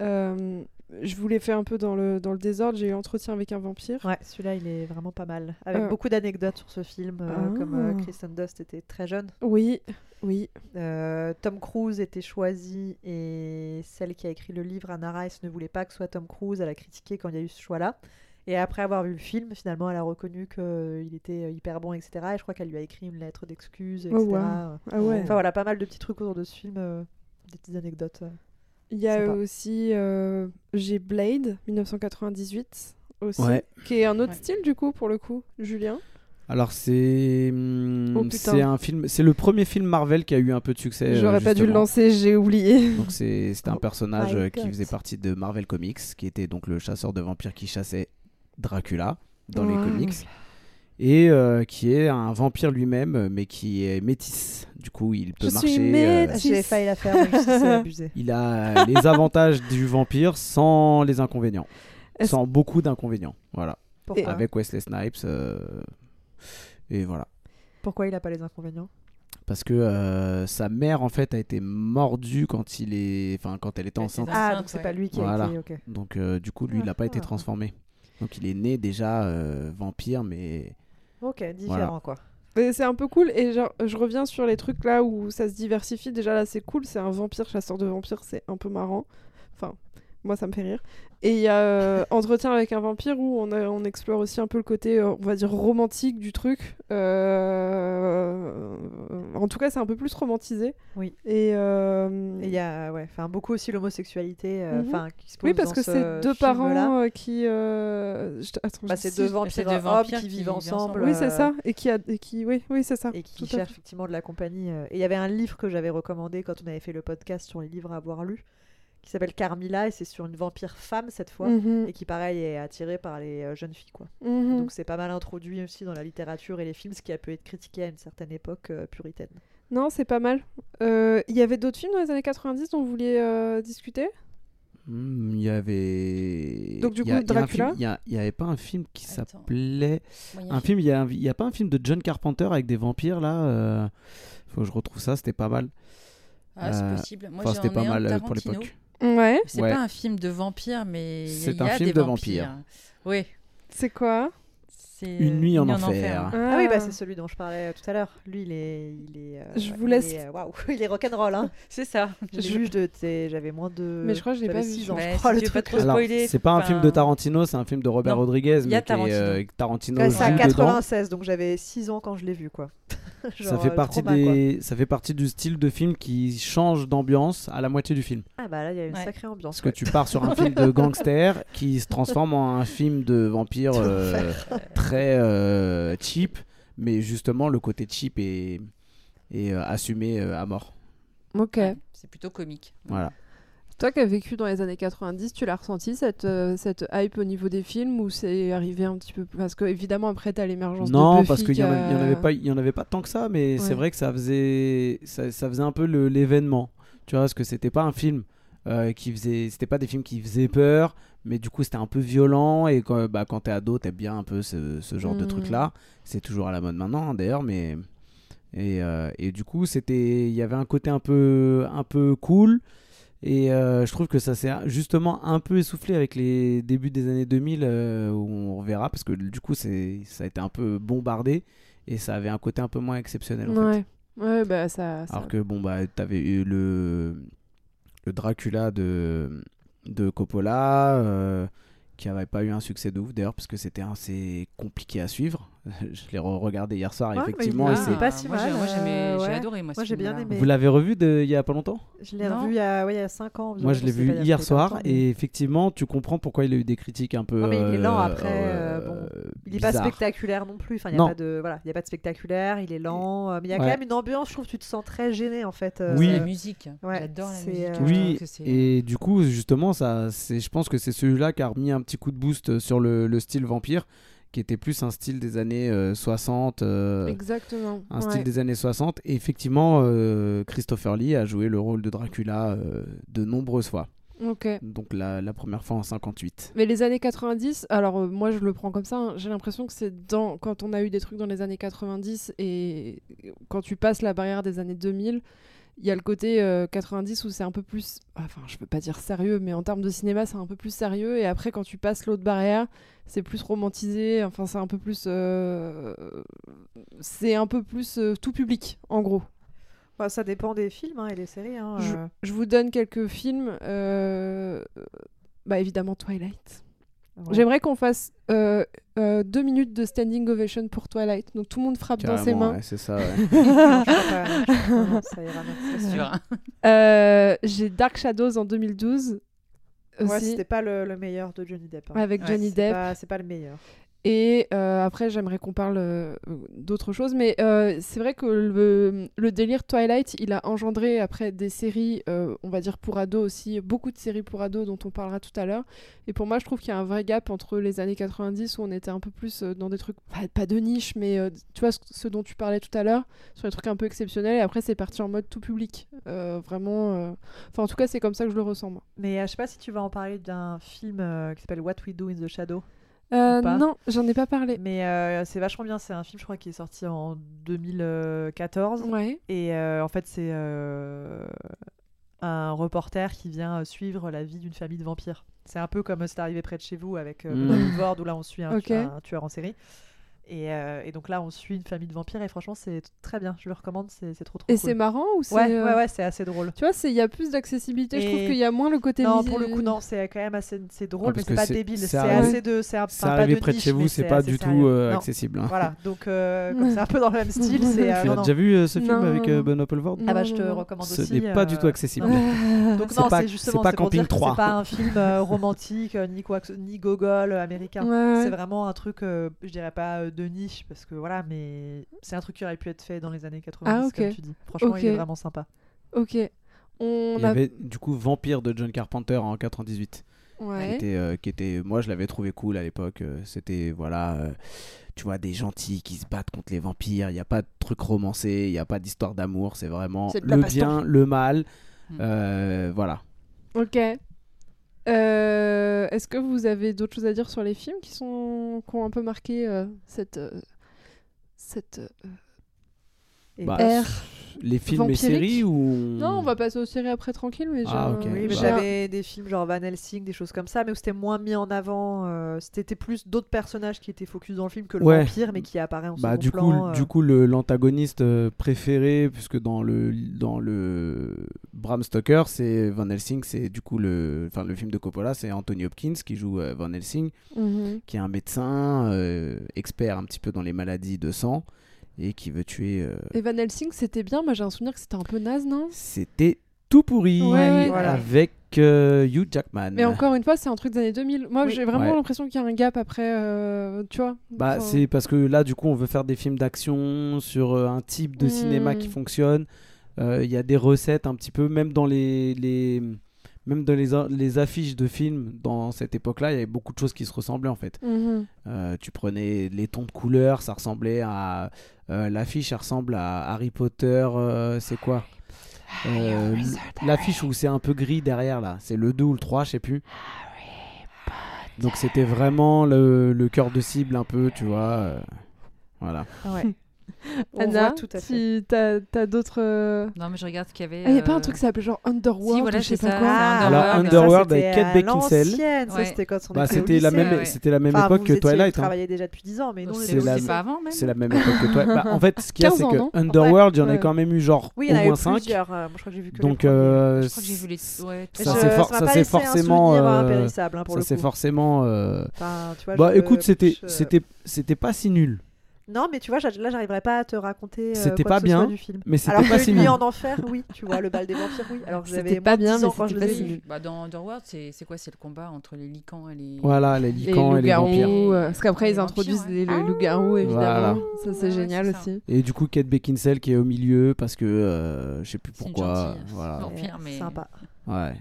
Euh, je vous l'ai fait un peu dans le, dans le désordre, j'ai eu Entretien avec un vampire.
Ouais, celui-là, il est vraiment pas mal. Avec
Euh.
beaucoup d'anecdotes sur ce film, euh,
Ah.
comme euh, Kristen Dust était très jeune.
Oui, oui.
Euh, Tom Cruise était choisi et celle qui a écrit le livre, Anna Rice, ne voulait pas que ce soit Tom Cruise. Elle a critiqué quand il y a eu ce choix-là. Et après avoir vu le film, finalement, elle a reconnu qu'il était euh, hyper bon, etc. Et je crois qu'elle lui a écrit une lettre d'excuse, etc.
Oh, waouh. Ah ouais.
Enfin voilà, pas mal de petits trucs autour de ce film, euh, des petites anecdotes. euh.
Il y a
Sympa.
aussi euh, j'ai Blade 1998 aussi,
Ouais.
qui est un autre
Ouais.
style du coup pour le coup, Julien.
Alors c'est. hum,
Oh, putain.
c'est un film. C'est le premier film Marvel qui a eu un peu de succès. euh,
J'aurais pas dû le
justement.
lancer, j'ai oublié.
Donc c'est- c'était un
Oh
personnage
my
euh, qui
God.
faisait partie de Marvel Comics, qui était donc le chasseur de vampires qui chassait Dracula dans les
Wow.
comics, et euh, qui est un vampire lui-même, mais qui est métis. Du coup, il peut
Je suis
marcher. euh,
métis.
J'ai failli la faire, même si c'est abusé.
il a les avantages du vampire sans les inconvénients,
Est-ce-
sans beaucoup d'inconvénients. Voilà,
Pourquoi,
avec Wesley Snipes. euh, Et voilà.
Pourquoi il a pas les inconvénients
Parce que euh, sa mère en fait a été mordue quand il est, enfin quand elle était
Elle était
enceinte.
Ah,
enceinte,
donc c'est
ouais.
pas lui qui
Voilà.
a été. ok.
Donc euh, du coup, lui, il n'a pas été transformé. Donc il est né déjà euh, vampire, mais
Ok, différent quoi.
Mais C'est un peu cool et genre, je reviens sur les trucs là où ça se diversifie. Déjà là c'est cool, c'est un vampire chasseur de vampires, c'est un peu marrant. Enfin, moi ça me fait rire. Et il y a euh, Entretien avec un vampire où on, a- on explore aussi un peu le côté, euh, on va dire, romantique du truc. Euh, En tout cas c'est un peu plus romantisé.
Oui.
Et, euh,
Et Il y a ouais, enfin, beaucoup aussi l'homosexualité euh,
Mhm.
enfin, qui se pose
Oui, parce
dans
que
ce
c'est deux
film-là.
parents euh, qui. euh, je- Attends,
Bah,
je-
c'est
si,
deux
je-
c'est
vampires,
deux vampires
hommes qui
qui
vivent
vivent
ensemble.
ensemble.
Oui,
euh,
c'est ça. Et qui, a... et qui. Oui, oui c'est ça.
Et
Tout
qui
à fait.
cherchent effectivement de la compagnie. euh, Et il y avait un livre que j'avais recommandé quand on avait fait le podcast sur les livres à avoir lus, qui s'appelle Carmilla et c'est sur une vampire femme cette fois
Mhm,
et qui pareil est attirée par les euh, jeunes filles quoi.
mhm.
Donc c'est pas mal introduit aussi dans la littérature et les films, ce qui a pu être critiqué à une certaine époque euh, puritaine.
Non, c'est pas mal. Euh, Il y avait d'autres films dans les années 90 dont vous vouliez euh, discuter
Hmm, Il y avait.
Donc, du
il y a-
coup,
il y a un film-
Dracula
Il y a- il y avait pas un film qui
Attends.
s'appelait.
Bon, il y a
Un film, il y a, un- il y a pas un film de John Carpenter avec des vampires là euh, Faut que je retrouve ça, c'était pas mal.
Ah, c'est
Euh,
possible. Moi,
enfin,
j'en
c'était pas
ai un
mal
de
euh, pour
Tarantino.
l'époque.
Ouais.
C'est
Ouais.
pas un film de vampire, mais il y a-
C'est
il y
un
a
film
des
de
vampires. Oui.
C'est quoi
c'est, euh,
Une nuit en, enfer.
Ah, oui, bah c'est celui dont je parlais tout à l'heure. Lui, il est, il est. euh,
Je vous
il
laisse-
est, euh, Waouh, il est rock'n'roll. Hein.
C'est ça.
Les juges de, t'es- j'avais moins de.
Mais je crois que je l'ai
j'avais
pas vu,
six
je
ans,
crois.
je
Mais
crois,
si
le
tu veux pas
truc.
trop-
Alors,
spoiler,
c'est pas un film de
enfin-
Tarantino, c'est un film de Robert
Non.
Rodriguez,
Il y a
mais qui est, euh, Tarantino
Ouais,
joue
c'est en
dedans.
96, donc j'avais 6 ans quand je l'ai vu, quoi.
ça
Genre,
fait
euh,
partie
trauma, quoi.
des, ça fait partie du style de film qui change d'ambiance à la moitié du film.
Ah bah là, il y a une
Ouais.
sacrée ambiance.
Parce que tu pars sur un film de gangster qui se transforme en un film de vampire
De
euh, très euh, cheap, mais justement le côté cheap est, est, euh, assumé euh, à mort.
Ok.
C'est plutôt comique.
Voilà.
Toi qui as vécu dans les années 90, tu l'as ressenti cette, euh, cette hype au niveau des films ou c'est arrivé un petit peu plus- Parce que évidemment après t'as l'émergence de
Non,
Buffy
parce qu'il n'y en,
qui a-
avait- il y en avait pas, il y en avait pas tant que ça, mais
Ouais.
c'est vrai que ça faisait, ça, ça faisait un peu le- l'événement. Tu vois, parce que c'était pas un film euh, qui faisait, c'était pas des films qui faisaient peur, mais du coup c'était un peu violent et quand, bah, quand t'es ado, t'aimes bien un peu ce, ce genre de
Mhm.
truc là. C'est toujours à la mode maintenant hein, d'ailleurs, mais et, euh, et du coup c'était, il y avait un côté un peu, un peu cool. Et euh, je trouve que ça s'est justement un peu essoufflé avec les débuts des années 2000 euh, où on reverra parce que du coup c'est ça a été un peu bombardé et ça avait un côté un peu moins exceptionnel en fait.
Ouais. Ouais, bah ça. ça-
Alors que bon bah t'avais eu le le Dracula de de Coppola euh, qui avait pas eu un succès de ouf d'ailleurs parce que c'était assez compliqué à suivre. je l'ai regardé hier soir et
Ouais, mais il
effectivement
est-
et
ah,
c'est-
pas si
moi, j'ai-
mal,
Moi, j'aimais-
euh,
j'ai
ouais.
adoré. Moi, ce
Moi, j'ai bien
film-là.
aimé.
vous l'avez revu de, il y a pas longtemps
Je l'ai
Non.
revu il y a, ouais, il y a 5 ans.
Moi je
environ,
l'ai
c'est pas
vu
il y a
hier
très
soir
longtemps, mais-
et effectivement tu comprends pourquoi il a eu des critiques un peu.
Ouais, mais il est lent
euh,
après, euh, bon. Il n'est pas
bizarres.
spectaculaire non plus. Enfin, il n'y a
Non.
pas de, voilà, il y a pas de spectaculaire. Il est lent, euh, mais il y a
Ouais.
quand même une ambiance. Je trouve, tu te sens très gêné en fait. euh,
Oui.
La musique.
Ouais,
J'adore la
c'est,
musique.
euh,
Je trouve
Oui,
que c'est-
et du coup, justement, ça, c'est, je pense que c'est celui-là qui a remis un petit coup de boost sur le, le style vampire, qui était plus un style des années euh, 60, euh,
Exactement.
un style
ouais.
des années 60. Et effectivement, euh, Christopher Lee a joué le rôle de Dracula euh, de nombreuses fois.
Ok.
Donc la, la première fois en 58.
Mais les années 90, alors euh, moi je le prends comme ça, hein, j'ai l'impression que c'est dans quand on a eu des trucs dans les années 90 et quand tu passes la barrière des années 2000, il y a le côté euh, 90 où c'est un peu plus, enfin je peux pas dire sérieux, mais en termes de cinéma c'est un peu plus sérieux et après quand tu passes l'autre barrière, c'est plus romantisé, enfin c'est un peu plus, euh, c'est un peu plus euh, tout public en gros.
bah, ça dépend des films hein, et des séries. hein, euh.
Je vous donne quelques films, euh, bah évidemment Twilight.
Ouais.
J'aimerais qu'on fasse euh, euh, deux minutes de standing ovation pour Twilight. Donc tout le monde frappe dans ses
Carrément,
mains.
ouais, c'est ça. ouais.
Non, je crois pas, non, je crois pas, non, ça ira, merci.
C'est sûr, hein.
Euh, J'ai Dark Shadows en 2012 aussi
Ouais, c'était pas le, le meilleur de Johnny Depp. hein.
avec
Ouais,
Johnny
C'est
Depp.
pas- C'est pas le meilleur.
Et euh, après j'aimerais qu'on parle euh, d'autres choses. Mais euh, c'est vrai que le, le délire Twilight, il a engendré après des séries, euh, on va dire pour ados aussi, beaucoup de séries pour ados dont on parlera tout à l'heure. Et pour moi je trouve qu'il y a un vrai gap entre les années 90 où on était un peu plus euh, dans des trucs, pas, pas de niche, mais euh, tu vois ce, ce dont tu parlais tout à l'heure. sur des trucs un peu exceptionnels et après c'est parti en mode tout public. Euh, vraiment. euh, Enfin, en tout cas, c'est comme ça que je le ressens moi.
Mais euh, je sais pas si tu vas en parler d'un film euh, qui s'appelle What We Do in the Shadow.
Euh,
Ou pas.
non, j'en ai pas parlé.
Mais euh, c'est vachement bien. C'est un film, je crois, qui est sorti en 2014.
Ouais.
Et euh, en fait, c'est euh, un reporter qui vient euh, suivre la vie d'une famille de vampires. C'est un peu comme euh, C'est arrivé près de chez vous avec euh,
Mm.
Benoît Poulvorde, où là on suit un,
Hmm. Ok.
un tueur en série. Et, euh, et donc là, on suit une famille de vampires et franchement, c'est t- très bien. Je le recommande, c'est c'est trop trop
Et
cool.
c'est marrant ou c'est.
Ouais,
euh,
ouais, ouais, c'est assez drôle.
Tu vois, c'est- il y a plus d'accessibilité. Je
Et-
trouve qu'il y a moins le côté.
Non,
mis-
pour le coup, non, c'est quand même assez c'est drôle,
Ah, parce
mais
que
c'est pas
c'est-
débile.
c'est
C'est
arrivé-
assez de. C'est un-
C'est
enfin, pas
arrivé
de
près de
niche,
chez
mais
vous, c'est pas
assez
du
sérieux.
tout euh,
Non,
accessible. hein.
Voilà, donc euh, comme c'est un peu dans le même style, c'est. euh,
Tu
non,
l'as
non.
déjà vu euh, ce film
Ah, Non.
avec euh, Benoît Poelvoorde
Non,
Ah bah, je te
non, non.
recommande
Ce
aussi.
n'est pas du
euh,
tout accessible.
non.
Ah,
Donc
C'est
non,
pas-
c'est justement
c'est pas
pour
Camping
dire que
3.
C'est pas un film euh, romantique euh, ni quoi que ce- ni gogol euh, américain.
ouais,
C'est
ouais.
vraiment un truc, euh, je dirais pas euh, de niche parce que voilà, mais c'est un truc qui aurait pu être fait dans les années 90
Ah, ok.
comme tu dis. Franchement,
Ok.
il est vraiment sympa.
Ok. On
Il y
a...
avait du coup Vampire de John Carpenter en 98. qui
Ouais.
était, euh, qui était- moi je l'avais trouvé cool à l'époque euh, c'était voilà euh, tu vois des gentils qui se battent contre les vampires il n'y a pas de truc romancé il n'y a pas d'histoire d'amour c'est vraiment
C'est de la Hmm.
le
passe-temps.
bien le mal
Mm.
euh, voilà
Ok. Euh, Est-ce que vous avez d'autres choses à dire sur les films qui, sont... qui ont un peu marqué euh, cette. euh, cette euh,
Et-
Bah,
R.
les films
Vampirique.
et séries ou
Non, on va passer aux séries après tranquille, mais j'ai
Ah,
un-
ok.
Oui, mais
j'ai
bah.
un-
t'avais des films genre Van Helsing, des choses comme ça, mais où c'était moins mis en avant. euh, c'était plus d'autres personnages qui étaient focus dans le film que le
Ouais.
vampire, mais qui apparaît en
bah
second
du coup
plan. euh.
du coup le l'antagoniste euh, préféré puisque dans le dans le Bram Stoker c'est Van Helsing c'est du coup le enfin le film de Coppola c'est Anthony Hopkins qui joue euh, Van Helsing
Mhm.
qui est un médecin euh, expert un petit peu dans les maladies de sang et qui veut tuer. euh,
Et Van Helsing, c'était bien. Moi, j'ai un souvenir que c'était un peu naze, non
C'était tout pourri
Ouais, ouais.
Voilà.
avec euh, Hugh Jackman.
Mais encore une fois, c'est un truc des années 2000. Moi,
Oui.
j'ai vraiment
Ouais.
l'impression qu'il y a un gap après, euh, tu vois.
Bah,
Enfin,
c'est parce que là, du coup, on veut faire des films d'action sur euh, un type de cinéma qui
Hmm.
fonctionne. Euh, Il y a des recettes un petit peu, même dans les, les, même dans les, a- les affiches de films dans cette époque-là, il y avait beaucoup de choses qui se ressemblaient en fait.
mhm.
Euh, tu prenais les tons de couleurs, ça ressemblait à. euh, L'affiche, ça ressemble à Harry Potter, euh, c'est quoi
Ah,
Euh, L'affiche où c'est un peu gris derrière, là. C'est le 2 ou le 3, je sais plus. Donc c'était vraiment le, le cœur de cible, un peu, tu vois. euh, voilà.
Ouais. On
Anna,
voit tout à fait.
si t'as t'as d'autres. euh,
Non, mais je regarde ce qu'il y avait.
Ah, y a pas
euh,
un truc qui s'appelait genre Underworld
Si,
ou
voilà,
je sais
c'est
pas
ça.
quoi
c'est
Ah,
Voilà,
Underworld.
Underworld
Ça,
avec
c'était
Kate
à
Beckinsale.
l'ancienne, ça,
Ouais.
c'était quand on
Bah,
était au
c'était la
lycée.
même,
ouais.
c'était la même
Enfin,
époque
vous
que
étiez-
Twilight.
Vous
hein.
travailliez déjà depuis 10 ans, mais nous, on
C'est
était au
la-
lycée.
c'est pas avant même.
C'est la même époque que Twilight. Bah, en fait, ce qu'il y a,
15
c'est
ans,
que
non
Underworld, il y en a
Ouais.
quand même eu genre
Oui, il
au
y en a eu
moins 5.
plusieurs. euh, moi, je crois que j'ai vu que le
Donc,
premier.
euh,
Je crois que j'ai vu les. Ouais.
Mais
ça,
je-
c'est for-
m'a
ça,
pas
c'est
laissé un
forcément,
souvenir,
euh,
euh, impérissable, hein, pour
ça,
le
c'est
coup.
forcément. euh,
Enfin, tu vois,
Bah
je-
écoute, c'était,
euh.
je-
c'était, c'était pas si nul.
Non, mais tu vois, j'a- là, j'arriverais pas à te raconter. euh,
C'était
quoi
pas
que ce soit
bien,
du film.
Mais c'était
Alors
pas
que
si
Nuit
nul.
en enfer, oui, tu vois, le bal des vampires, oui. Alors que
C'était
j'avais
pas
moins de
bien,
10 ans
mais
quand je
c'était
l'ai
pas si
vu.
nul.
Bah, dans Underworld, c'est c'est quoi C'est le combat entre les licans et les.
Voilà, les
Les
licans et les
loups-garous.
vampires.
euh, Parce qu'après,
Les
ils
vampires,
introduisent
ouais.
les, les loups-garous, évidemment.
Voilà.
Ça, c'est
Ouais, ouais,
génial
c'est ça.
aussi.
Et du coup, Kate Beckinsale qui est au milieu parce que euh, je sais plus
C'est une
pourquoi.
gentille,
Voilà.
non. Vampire, mais-
Sympa.
Ouais.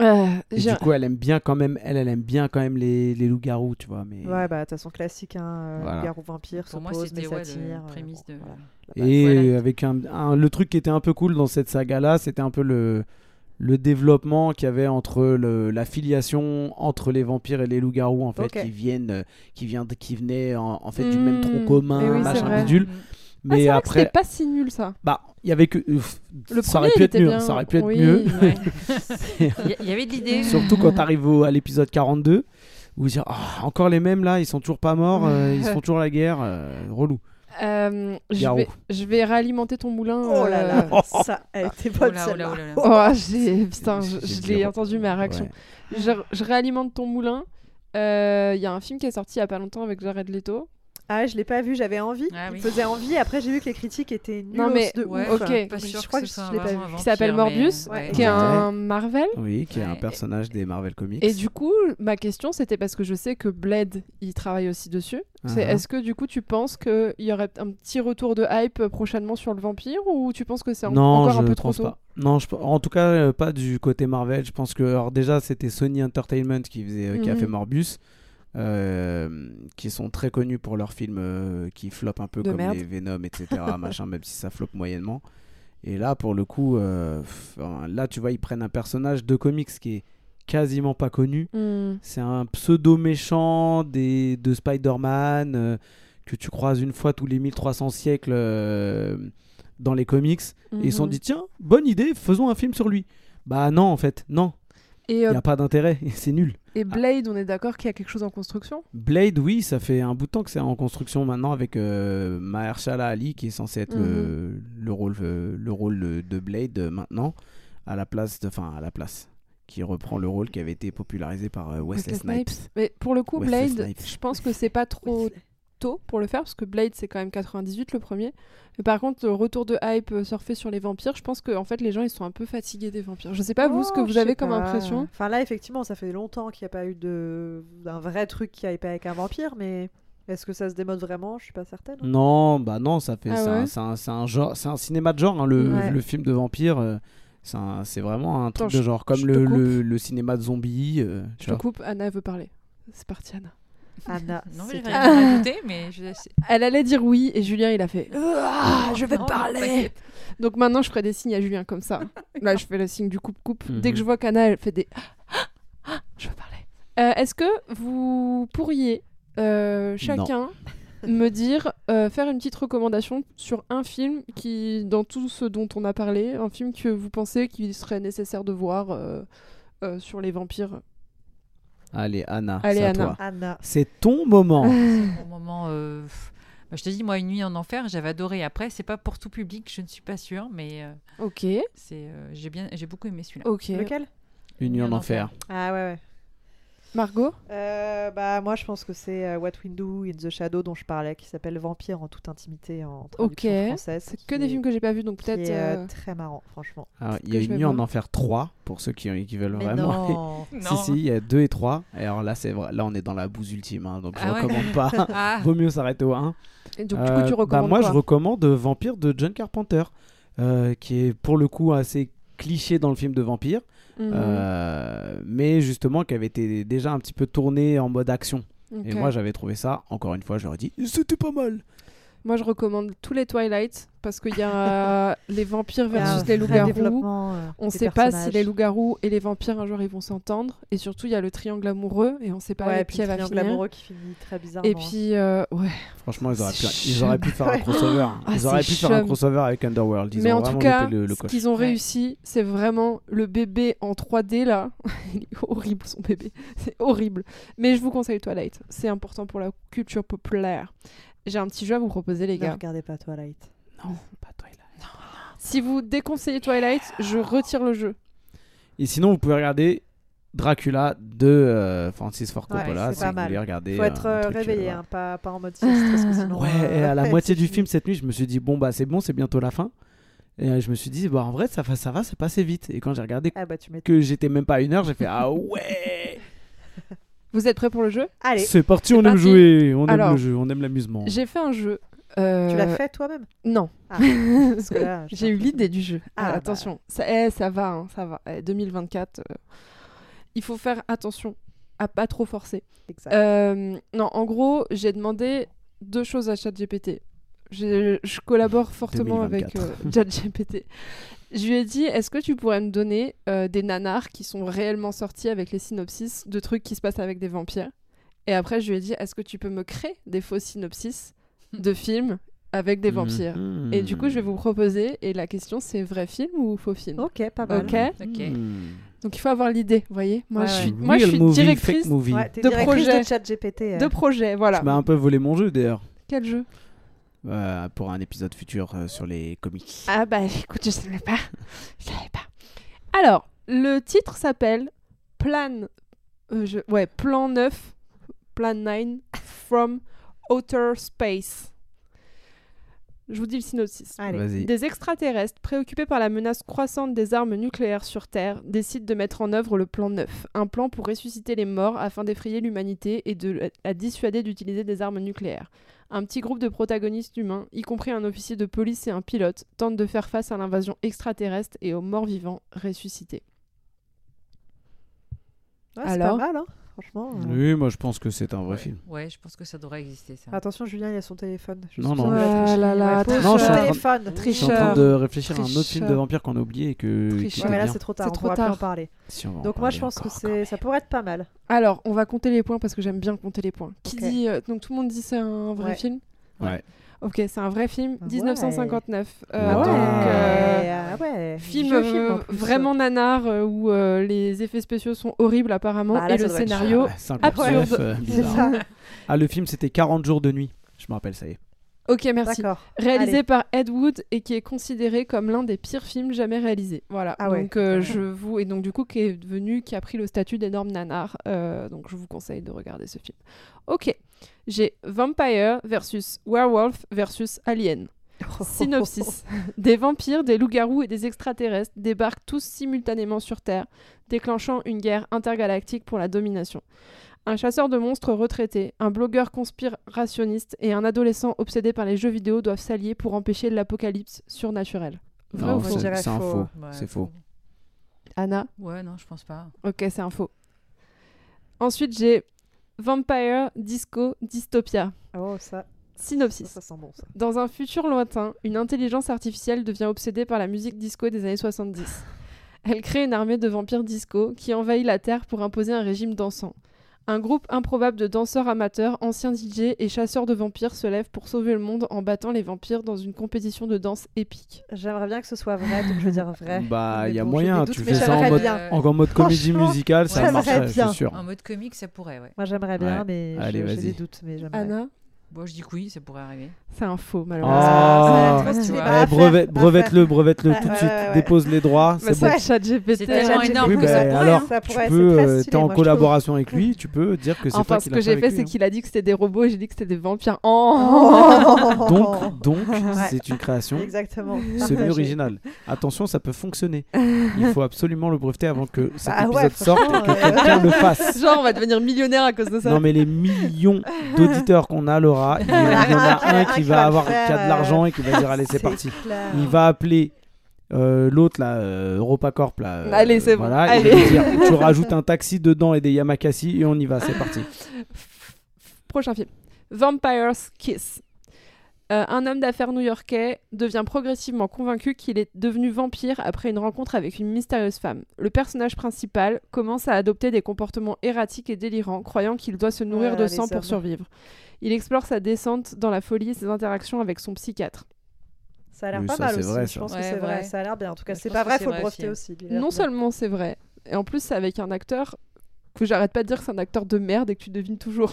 Euh,
Et
j'ai-
du coup, elle aime bien quand même. Elle, elle aime bien quand même les, les loups-garous, tu vois. Mais
Ouais, bah, de toute façon, classique, hein. euh,
Voilà.
Garou vampire,
Pour
se
moi,
pose, mais
c'était ouais,
ça
le-
tire.
la
euh,
prémisse
bon,
de.
voilà.
et
Twilight.
avec un, un- le truc qui était un peu cool dans cette saga-là, c'était un peu le le développement qu'il y avait entre le, la filiation entre les vampires et les loups-garous en fait
Ok.
qui viennent euh, qui viennent qui venaient en, en fait du
Mmh.
même tronc commun
Eh oui, c'est vrai.
machin bidule
Ah, c'est
mais
vrai que
après
c'était pas si nul ça.
bah il y avait que ouf,
Le premier,
ça aurait
il
pu être
était
mieux
bien.
ça aurait pu être
Oui.
mieux
Ouais. Il y a- il y avait de l'idée.
Surtout quand t'arrives au- à l'épisode 42, où dire Ah, encore les mêmes là, ils sont toujours pas morts, euh, ils se font toujours la guerre, euh, relou.
Euh, je,
Garou.
vais, je vais réalimenter ton moulin.
Oh là
euh,
là, ça a été
Oh
bonne
là, oh là, oh
celle-là.
là là.
Oh, j'ai... Putain, je,
J'ai
je
dit,
l'ai
re-
entendu ma réaction.
Ouais.
Je, je réalimente ton moulin. Euh, Il y a un film qui est sorti il y a pas longtemps avec Jared Leto.
Ah, je l'ai pas vu, j'avais envie.
Ah
Il
oui.
me faisait envie. Après, j'ai vu que les critiques étaient nulles
Non, mais-
de
Ouais,
ouf.
ok.
Pas
Je
sûr
crois
que,
que
ce soit
je l'ai pas
vraiment
vu.
un
Qui s'appelle
vampire, mais-
Morbius,
ouais.
qui est
Ouais.
un Marvel.
Oui, qui est un
Ouais.
personnage des Marvel Comics.
Et du coup, ma question, c'était parce que je sais que Blade, il travaille aussi dessus. C'est
Uh-huh.
est-ce que du coup, tu penses qu'il y aurait un petit retour de hype prochainement sur le vampire ou tu penses que c'est en-
non,
encore
je
un peu trop
pense
tôt
pas. Non, je- en tout cas, euh, pas du côté Marvel. Je pense que alors déjà, c'était Sony Entertainment qui, faisait, qui a
Mhm.
fait Morbius, euh, qui sont très connus pour leurs films euh, qui floppent un peu
De
comme
merde.
les Venom, etc. machin, même si ça floppe moyennement. Et là, pour le coup, euh, pff, là, tu vois, ils prennent un personnage de comics qui est quasiment pas connu.
Hmm.
C'est un pseudo méchant des, de Spider-Man euh, que tu croises une fois tous les 1300 siècles euh, dans les comics.
hmm,
Et ils se sont
Mhm.
dit, tiens, bonne idée, faisons un film sur lui. Bah non, en fait, non,
Et,
il
euh,
n'y a pas d'intérêt, c'est nul.
et Blade, on est d'accord qu'il y a quelque chose en construction
Blade, oui, ça fait un bout de temps que c'est en construction maintenant avec euh, Mahershala Ali qui est censé être le-
Mhm.
le, rôle, euh, le rôle de Blade euh, maintenant à la place, de- enfin à la place, qui reprend le rôle qui avait été popularisé par euh, Wesley
Wesley
Snipes.
Mais pour le coup,
Wesley
Blade,
Snipes.
je pense que c'est pas trop tôt pour le faire parce que Blade c'est quand même 98 le premier. Mais par contre, le retour de hype euh, surfé sur les vampires, je pense que en fait les gens ils sont un peu fatigués des vampires. Je sais pas vous ce que
Oh,
vous
je
avez
sais
comme
pas.
impression.
Enfin là, effectivement, ça fait longtemps qu'il n'y a pas eu de d'un vrai truc qui aille pas avec un vampire, mais est-ce que ça se démode vraiment Je suis pas certaine.
Non, bah non, ça fait
Ah
c'est un-
ouais
c'est un, c'est un genre, c'est un cinéma de genre, hein, le,
Ouais.
le film de vampire. euh, C'est un- C'est vraiment un truc
Attends,
de
je-
genre
je
comme
te
le,
coupe.
le- le cinéma de zombies. euh, tu
Je te
vois.
coupe, Anna veut parler. C'est parti, Anna.
Anna,
Non, mais
c'est
j'ai
toi.
vrai.
rien rajouté, mais je...
Elle allait dire oui et Julien il a fait Ah, je vais te
Non,
parler.
t'inquiète.
Donc maintenant je ferai des signes à Julien comme ça. Là je fais le signe du coupe coupe. Dès que
Mhm.
je vois qu'Anna elle fait des je veux parler. Euh, Est-ce que vous pourriez euh, chacun me dire euh, faire une petite recommandation sur un film qui dans tout ce dont on a parlé, un film que vous pensez qu'il serait nécessaire de voir euh, euh, sur les vampires.
Allez, Anna,
Allez,
c'est à
Anna.
toi.
Anna.
C'est ton moment.
Au moment. euh, pff, bah, je te dis, moi, Une nuit en enfer, j'avais adoré. Après, c'est pas pour tout public, je ne suis pas sûre, mais euh,
Ok,
c'est, euh, j'ai, bien, j'ai beaucoup aimé celui-là.
ok.
Lequel
Une nuit en enfer.
Ah ouais, ouais.
Margot,
Euh, bah, moi, je pense que c'est euh, What We Do in the Shadow dont je parlais, qui s'appelle Vampire en toute intimité en traduction
Ok.
française.
c'est que
qui
des
est-
films que j'ai pas vu donc
qui est,
peut-être.
euh,
euh,
très marrant, franchement.
Alors,
Peut-être
il y
que
a
je
une
vais
nuit en
voir.
enfer 3 pour ceux qui, qui veulent vraiment.
non.
Si, si, il y a 2 et 3. Et alors là, c'est vrai. Là, on est dans la bouse ultime. hein, donc, je
Ah ouais.
recommande pas.
Ah,
Vaut mieux s'arrêter au 1.
Et donc, du coup, tu
Euh, bah,
recommandes
Moi,
quoi
je recommande Vampire de John Carpenter, euh, qui est pour le coup assez cliché dans le film de vampire,
Mhm.
euh, mais justement qui avait été déjà un petit peu tourné en mode action. Et
Ok.
moi, j'avais trouvé ça, encore une fois, je leur ai dit, c'était pas mal.
Moi, je recommande tous les Twilight parce qu'il y a euh, les vampires versus les loups-garous.
euh,
On sait pas si les loups-garous et les vampires un jour ils vont s'entendre. Et surtout, il y a le triangle amoureux et on sait pas
Ouais,
avec
puis
qui
le
elle va
triangle
finir.
amoureux qui finit très bizarrement.
Et puis, euh, ouais.
Franchement, ils auraient, pu,
C'est
ils auraient pu faire un
Ouais.
crossover.
Ah,
Ils auraient
c'est
pu faire un
chum.
crossover avec Underworld. Ils
Mais
ont
en tout
vraiment
cas,
loupé le, le
ce
coche.
qu'ils ont
Ouais.
réussi, c'est vraiment le bébé en 3D là. il est horrible son bébé, c'est horrible. Mais je vous conseille Twilight, c'est important pour la culture populaire. J'ai un petit jeu à vous proposer, les
ne
gars.
regardez pas Twilight.
Non, pas Twilight.
Si vous déconseillez Twilight, je retire le jeu.
Et sinon, vous pouvez regarder Dracula de euh, Francis Ford
Ouais,
Coppola.
c'est
si
pas
vous
mal.
voulez regarder.
Faut être
euh, un
euh,
truc, euh,
réveillé,
voilà.
hein, pas, pas en mode sieste, parce que sinon.
Ouais,
euh,
et à la
c'est
moitié du
fini.
film cette nuit, je me suis dit bon bah c'est bon, c'est bientôt la fin. Et euh, je me suis dit bah en vrai ça va, ça va, c'est passé vite. Et quand j'ai regardé
Ah bah tu m'étonnes.
que j'étais même pas à une heure, j'ai fait ah ouais,
Vous êtes prêts pour le jeu
Allez,
c'est parti, on aime
parti.
jouer, on
Alors.
aime le jeu, on aime l'amusement.
J'ai fait un jeu. euh,
tu l'as fait toi-même
Non.
Ah, Parce que là, je-
J'ai eu l'idée du jeu.
Ah,
Ah,
bah.
attention, ça, eh, ça va, hein, ça va. Eh, 2024, euh, il faut faire attention à pas trop forcer.
Exact.
Euh, non, en gros, j'ai demandé deux choses à ChatGPT. Je, je collabore fortement avec euh, ChatGPT. Je lui ai dit, est-ce que tu pourrais me donner euh, des nanars qui sont réellement sortis avec les synopsis de trucs qui se passent avec des vampires Et après, je lui ai dit, est-ce que tu peux me créer des faux synopsis de films avec des vampires
Mhm.
et du coup, je vais vous proposer, et la question c'est vrai film ou faux film
Ok, pas mal.
Ok.
Ok.
Mhm.
Donc il faut avoir l'idée, vous voyez Moi
Ouais,
je
ouais.
suis, moi, je
Real
suis
movie, fake
directrice
movie.
Ouais, t'es
De
directrice
projet.
de euh. chat GPT.
de projet, voilà.
Tu m'as un peu volé mon jeu d'ailleurs
Quel jeu
euh, pour un épisode futur euh, sur les comics.
Ah bah écoute, je savais pas. Je savais pas. Alors, le titre s'appelle Plan... euh, je- Ouais, Plan 9, Plan 9, From Outer Space. Je vous dis le synopsis.
Allez.
Vas-y.
Des extraterrestres, préoccupés par la menace croissante des armes nucléaires sur Terre, décident de mettre en œuvre le plan 9, un plan pour ressusciter les morts afin d'effrayer l'humanité et de la dissuader d'utiliser des armes nucléaires. Un petit groupe de protagonistes humains, y compris un officier de police et un pilote, tente de faire face à l'invasion extraterrestre et aux morts vivants ressuscités.
Ouais, c'est pas
Alors
mal, hein, franchement.
Mmh.
euh.
Oui, moi je pense que c'est un vrai
Ouais.
film.
Ouais, je pense que ça devrait exister, ça.
Attention, Julien, il a son téléphone. Je
Non,
suis
non.
sûre qu'il va
Ah
tricher.
là là,
Ouais, pose le
Non, je suis en train de-
téléphone.
Je suis en train
Tricheur.
de réfléchir à un autre film
Tricheur.
de vampire qu'on a oublié et que. qui
Tricheur.
Ouais,
était
mais là,
bien.
c'est trop tard.
C'est
on
trop
pourra plus en
tard.
parler.
Si, on va en
Donc, moi,
parler
je pense que
encore.
c'est, ça pourrait être pas mal.
Alors, on va compter les points parce que j'aime bien compter les points. Qui
Ok.
dit euh, donc tout le monde dit c'est un vrai
Ouais.
film
Ouais.
Ok, c'est un vrai film,
Ouais.
1959. Euh,
Ah
donc, euh,
ouais. Ah ouais.
Film,
Vieux
euh,
en plus.
vraiment nanar euh, où euh, les effets spéciaux sont horribles apparemment
Bah, là,
et
ça
le
doit être
scénario.
Ah, 59,
absurde.
euh,
C'est
bizarre.
ça.
Ah, le film c'était 40 jours de nuit. Je me rappelle, ça y est.
Ok, merci.
D'accord.
Réalisé
Allez.
par Ed Wood et qui est considéré comme l'un des pires films jamais réalisés. Voilà.
Ah ouais.
Donc euh,
Ouais.
je vous et donc du coup qui est devenu qui a pris le statut d'énorme nanar. Euh, donc je vous conseille de regarder ce film. Ok. J'ai Vampire versus Werewolf versus Alien.
Oh.
Synopsis. Des vampires, des loups-garous et des extraterrestres débarquent tous simultanément sur Terre, déclenchant une guerre intergalactique pour la domination. Un chasseur de monstres retraité, un blogueur conspirationniste et un adolescent obsédé par les jeux vidéo doivent s'allier pour empêcher l'apocalypse surnaturelle. Vrai
Non,
ou faux
je dirais
c'est c'est un
faux.
faux.
Ouais,
C'est faux.
Anna
Ouais, non, je pense pas.
Ok, c'est un faux. Ensuite, j'ai Vampire, Disco, Dystopia.
Oh, ça, ça,
Synopsis.
ça sent bon, ça.
Dans un futur lointain, une intelligence artificielle devient obsédée par la musique disco des années 70. Elle crée une armée de vampires disco qui envahit la Terre pour imposer un régime dansant. Un groupe improbable de danseurs amateurs, anciens DJ et chasseurs de vampires se lève pour sauver le monde en battant les vampires dans une compétition de danse épique.
J'aimerais bien que ce soit vrai, donc je veux dire vrai.
Bah,
Mais
il y a
bon, j'ai
moyen,
des doutes,
tu
mais
fais ça en
j'aimerais
mode,
bien.
Euh,
en en mode comédie
Franchement,
musicale, ça
j'aimerais
marcherait, je
bien. Ah,
suis sûr.
En mode comique, ça pourrait, ouais.
Moi, j'aimerais bien,
Ouais.
mais
Allez,
je- j'ai
vas-y.
des doutes. Mais j'aimerais.
Anna,
Bon, je dis que oui, ça pourrait arriver.
c'est un faux
Oh,
malheureusement.
Ah,
c'est la
Eh,
grosse affaire,
brevet-
affaire.
brevette-le, brevette-le
Ouais,
tout de
Ah, ouais,
suite.
ouais, ouais.
Dépose les droits,
Bah,
c'est
ça,
bon.
ChatGPT,
C'est
hein.
tellement
ChatGPT.
énorme
Oui,
que
bah,
ça pourrait.
alors,
hein.
Ça
tu
pourrait, c'est
peux,
très
euh,
stylé,
t'es en
moi, je
collaboration avec lui, tu peux dire que c'est
Enfin,
toi
ce
qui
que
l'as
j'ai
avec
fait,
lui,
c'est
hein.
qu'il a dit que c'était des robots et j'ai dit que c'était des vampires. Oh
Oh
Donc, donc,
Ouais.
c'est une création
Exactement.
semi
Partagé.
originale. Attention, ça peut fonctionner. Il faut absolument le breveter avant que cet
Bah ouais,
épisode sorte et que
franchement, euh,
quelqu'un le fasse.
Genre, on va devenir millionnaire à cause de ça.
Non mais les millions d'auditeurs qu'on a, Laura, il y en a un qui va
le
avoir qui
faire,
a de
euh,
l'argent et qui va dire allez c'est parti.
clair.
Il va appeler euh, l'autre là, euh, EuropaCorp là. euh,
Allez, c'est bon,
Voilà,
allez.
il va lui dire tu rajoutes un taxi dedans et des Yamakasi et on y va, c'est parti.
Prochain film. Vampire's Kiss. Euh, un homme d'affaires new-yorkais devient progressivement convaincu qu'il est devenu vampire après une rencontre avec une mystérieuse femme. Le personnage principal commence à adopter des comportements erratiques et délirants, croyant qu'il doit se nourrir
Ouais,
de
les
sang
hommes.
pour survivre. Il explore sa descente dans la folie et ses interactions avec son psychiatre.
Ça a l'air
Oui,
pas
ça,
mal
c'est
aussi.
vrai,
je
ça.
pense que
Ouais,
c'est vrai.
ouais.
Ça a l'air bien. En tout cas,
Je
c'est
pense
pas
que
vrai.
c'est
Faut le
vrai,
breveter
si.
aussi. il a l'air
Non
bien.
seulement c'est vrai, et en plus c'est avec un acteur que j'arrête pas de dire que c'est un acteur de merde et que tu devines toujours.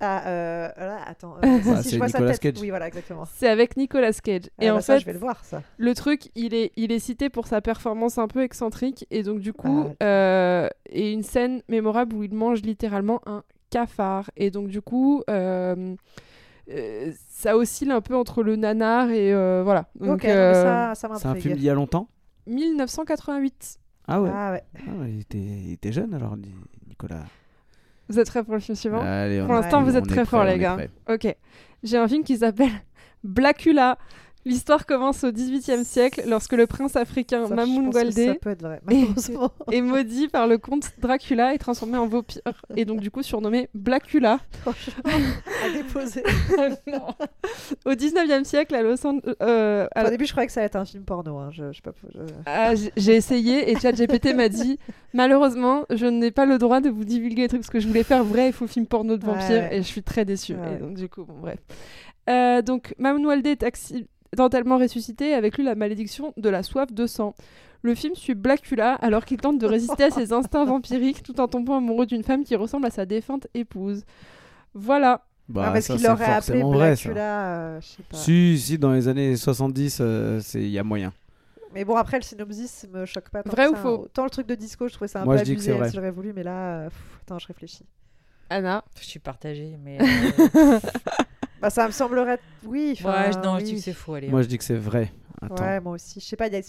Ah, euh, voilà, attends. euh, si,
Ouais,
si,
Ah, c'est
je vois sa
Nicolas
tête.
Cage.
Oui, voilà, exactement.
C'est avec Nicolas Cage.
Ah,
et en
bah, ça,
fait,
je vais le voir ça.
Le truc, il est, il est cité pour sa performance un peu excentrique et donc du coup,
Bah,
euh, et une scène mémorable où il mange littéralement un cafard et donc du coup, euh, euh, ça oscille un peu entre le nanar et euh, voilà. Donc
ok, non, mais
euh,
ça, ça
C'est un film
m'intrigue.
d'il y a longtemps
1988.
Ah ouais.
Ah ouais.
Ah ouais, il, était, il était jeune alors Ni- Nicolas.
Vous êtes prêt pour le film suivant
Allez, on
Pour
est
l'instant,
prêt,
vous êtes
on est
très
prêt,
forts, les
on est
gars.
prêt.
Ok. J'ai un film qui s'appelle Blacula. L'histoire commence au XVIIIe siècle lorsque le prince africain
Ça, je
Mamoun
pense que
Goldé
Ça peut être vrai. Malheureusement.
est maudit par le comte Dracula et transformé en vampire et donc du coup surnommé Blacula.
Franchement, à déposer.
Au 19e siècle à Los Angeles. euh, à-
Au début, je croyais que ça allait être un film porno. hein, Je, je sais pas. je-
Ah, j- J'ai essayé et ChatGPT m'a dit malheureusement je n'ai pas le droit de vous divulguer les trucs parce que je voulais faire vrai et faux film porno de
Ouais,
vampire et
ouais.
je suis très déçue.
Ouais,
Et
ouais.
donc du coup bon bref. Euh, donc Mamoun Waldé est accidentellement ressuscité et avec lui la malédiction de la soif de sang. Le film suit Blacula alors qu'il tente de résister à ses instincts vampiriques tout en tombant amoureux d'une femme qui ressemble à sa défunte épouse. Voilà.
Bah,
Ah, parce
ça,
qu'il
c'est
l'aurait appelé
forcément vrai, ça.
Blacula, euh, je sais pas.
Si, si, dans les années 70, euh, c'est- il y a moyen.
Mais bon, après, le synopsis me choque pas. tant
Vrai
que
ou
ça. hein.
faux
Tant le truc de disco, je trouvais ça un
Moi,
peu
je dis que
abusé,
c'est
même
vrai.
si j'aurais voulu, mais là, euh, pff, attends, je réfléchis.
Anna.
Je suis partagée, mais. euh,
Bah, ça me semblerait. Oui, enfin,
ouais, je- non, je
oui.
dis que c'est faux, allez.
Moi, je dis que c'est vrai. Attends.
Ouais, moi aussi. Je sais pas, il y a-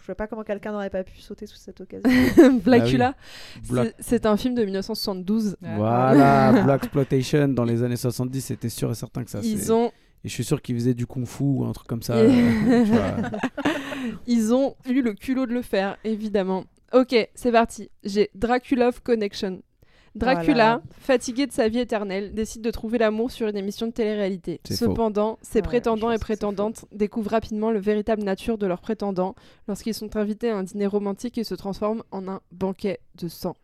je vois pas comment quelqu'un n'aurait pas pu sauter sous cette occasion.
Blacula,
Ah Black-
c'est- c'est un film de 1972.
Ouais.
Voilà, Black Exploitation dans les années 70, c'était sûr et certain que ça. c'est-
Ils ont,
Et je suis sûr qu'ils faisaient du kung fu ou un truc comme ça.
Et-
euh, tu vois.
ils ont eu le culot de le faire, évidemment. Ok, c'est parti. J'ai Dracula Connection. Dracula,
Voilà.
fatigué de sa vie éternelle, décide de trouver l'amour sur une émission de télé-réalité.
C'est faux.
Cependant, ses
Ouais,
prétendants et
je pense que c'est
prétendantes découvrent rapidement le véritable nature de leurs prétendants lorsqu'ils sont invités à un dîner romantique et se transforment en un banquet de sang.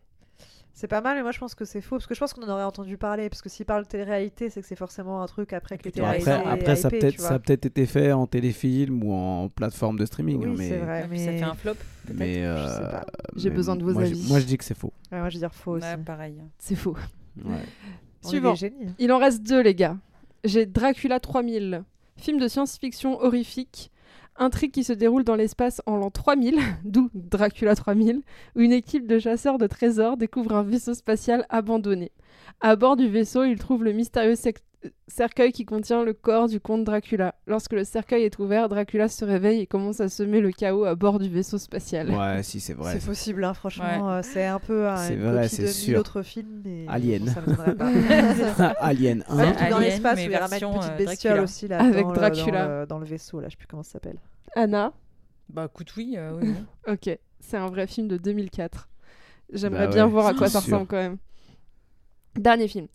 C'est pas mal, mais moi je pense que c'est faux, parce que je pense qu'on en aurait entendu parler, parce que s'il parle de télé-réalité, c'est que c'est forcément un truc après que les
Bon,
télé-réalités.
après, après ça a
hypées,
peut-être
tu vois.
ça a peut-être été fait en téléfilm ou en plateforme de streaming.
Oui,
hein,
c'est
mais
vrai,
Ouais, puis Ça
mais-
fait un flop. peut-être.
mais, euh,
je sais pas.
J'ai
mais
besoin de vos
moi, je-
avis.
moi, je dis que c'est faux.
Ouais, moi je veux dire faux aussi.
Ouais, pareil.
C'est faux.
Ouais.
On est
Suivant.
des génies.
Il en reste deux, les gars. J'ai Dracula 3000, film de science-fiction horrifique, intrigue qui se déroule dans l'espace en l'an 3000, d'où Dracula 3000, où une équipe de chasseurs de trésors découvre un vaisseau spatial abandonné. À bord du vaisseau, ils trouvent le mystérieux sec- euh, cercueil qui contient le corps du comte Dracula. Lorsque le cercueil est ouvert, Dracula se réveille et commence à semer le chaos à bord du vaisseau spatial.
Ouais, si c'est vrai.
C'est possible, hein, franchement. euh, c'est un peu hein,
C'est
une
vrai,
copie
c'est
de mille
sûr.
autres films. Mais
Alien.
Ça me donnerait pas.
Alien 1.
Surtout dans
Alien,
l'espace, où
mais
il ramène une
version,
petite
euh,
bestiole
Dracula.
aussi là,
Avec
dans, le-
Dracula.
dans le, dans le vaisseau, là, je sais plus comment ça s'appelle.
Anna
Bah, écoute, oui. euh, oui, oui.
Ok, c'est un vrai film de 2004. J'aimerais
Bah
bien
ouais,
voir à quoi
c'est
ça
sûr.
ressemble quand même. Dernier film.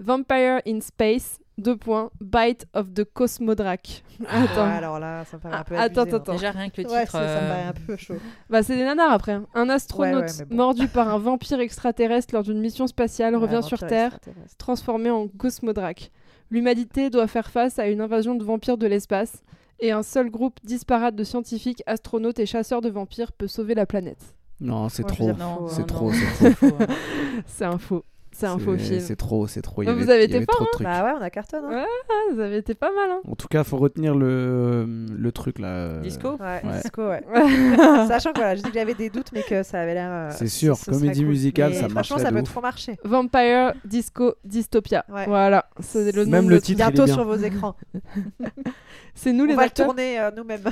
Vampire in Space, deux points, Bite of the Cosmodrak. Attends.
Ouais, Ah, alors là, ça me paraît un peu
Ah, attends,
abusé, hein.
attends.
Déjà, rien que le titre.
Ouais, ça, ça me paraît
euh,
un peu chaud.
Bah, c'est des nanars après. hein. Un astronaute
Ouais, ouais, mais bon.
mordu par un vampire extraterrestre lors d'une mission spatiale
Ouais,
revient
vampire
sur Terre,
extraterrestre.
transformé en Cosmodrak. L'humanité doit faire face à une invasion de vampires de l'espace et un seul groupe disparate de scientifiques, astronautes et chasseurs de vampires peut sauver la planète.
Non, c'est
Moi, je
trop.
veux dire-
Non,
C'est
non,
trop,
non,
c'est
c'est faux, hein.
C'est un faux. C'est un faux film.
C'est trop, c'est trop. Il y
Bah, vous
avait-
avez
il y
été
avait
fort,
trop de trucs.
Bah ouais, on a cartonne. Hein.
Ah, ça avait été pas mal, hein
En tout cas, faut retenir le, le truc là. euh,
Disco
Ouais,
Ouais.
disco, ouais. Sachant que voilà, je dis que j'avais des doutes, mais que ça avait l'air. euh,
C'est sûr,
ce serait
comédie musicale,
Mais
ça
Franchement,
marcherait
ça
de
peut
ouf.
trop marcher.
Vampire Disco Dystopia.
Ouais.
Voilà, c'est le nom
Même
de
le
notre-
titre, il est
Bientôt
bien.
sur vos écrans.
C'est nous
on
les
va le
acteurs.
tourner euh, nous-mêmes.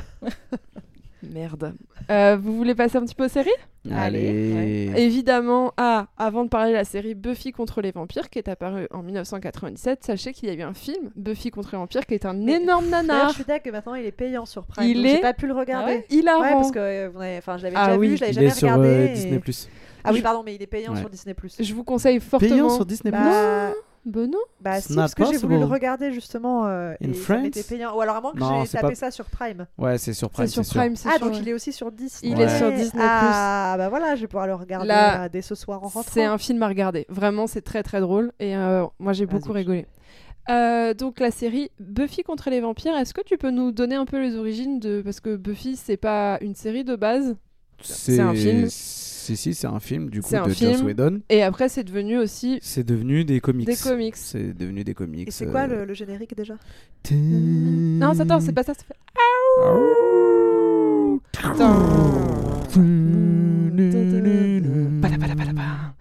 Merde. Euh, vous voulez passer un petit peu aux séries
Allez.
Évidemment, ah, avant de parler de la série Buffy contre les vampires qui est apparue en 1997, sachez qu'il y a eu un film Buffy contre les vampires qui est un
Mais-
énorme
D'ailleurs, je
nanar.
suis d'accord que maintenant il est payant sur Prime.
Il
donc J'ai
est-
pas pu le regarder.
Ah
Il a
Ouais, parce que euh, vous avez- enfin, je l'avais
Ah
déjà
oui,
vu, je l'avais
Il
jamais
est sur
regardé.
euh,
et-
Disney+. Plus.
Ah oui, pardon, mais il est payant
Ouais.
sur Disney Plus.
Je vous conseille fortement.
Payant sur Disney+.
Bah,
Ben non.
bah si,
It's
parce
not
que j'ai voulu le
possible.
regarder justement. euh,
In
et ça m'était
France
payant. Ou alors à moins que
Non,
j'ai
c'est
tapé
pas-
ça sur Prime.
Ouais, c'est sur Prime,
C'est sur Prime, c'est
Ah,
sûr,
donc
ouais.
il est aussi sur Disney.
Il est
sur
Disney+.
Ah, bah voilà, je vais pouvoir le regarder
Là,
euh, dès ce soir en rentrant.
C'est un film à regarder. Vraiment, c'est très très drôle. Et euh, moi, j'ai
Ah,
beaucoup
zut.
rigolé. Euh, donc la série Buffy contre les vampires, est-ce que tu peux nous donner un peu les origines de parce que Buffy c'est pas une série de base C'est un film.
Si, si, c'est un film du coup
C'est un
de Joss
film.
Whedon.
et après c'est devenu aussi
C'est devenu des comics.
des comics.
C'est devenu des comics.
Et c'est quoi
euh,
le, le générique déjà
Non, ça attends, c'est pas ça. ça fait- Putain. Palapalapalapa.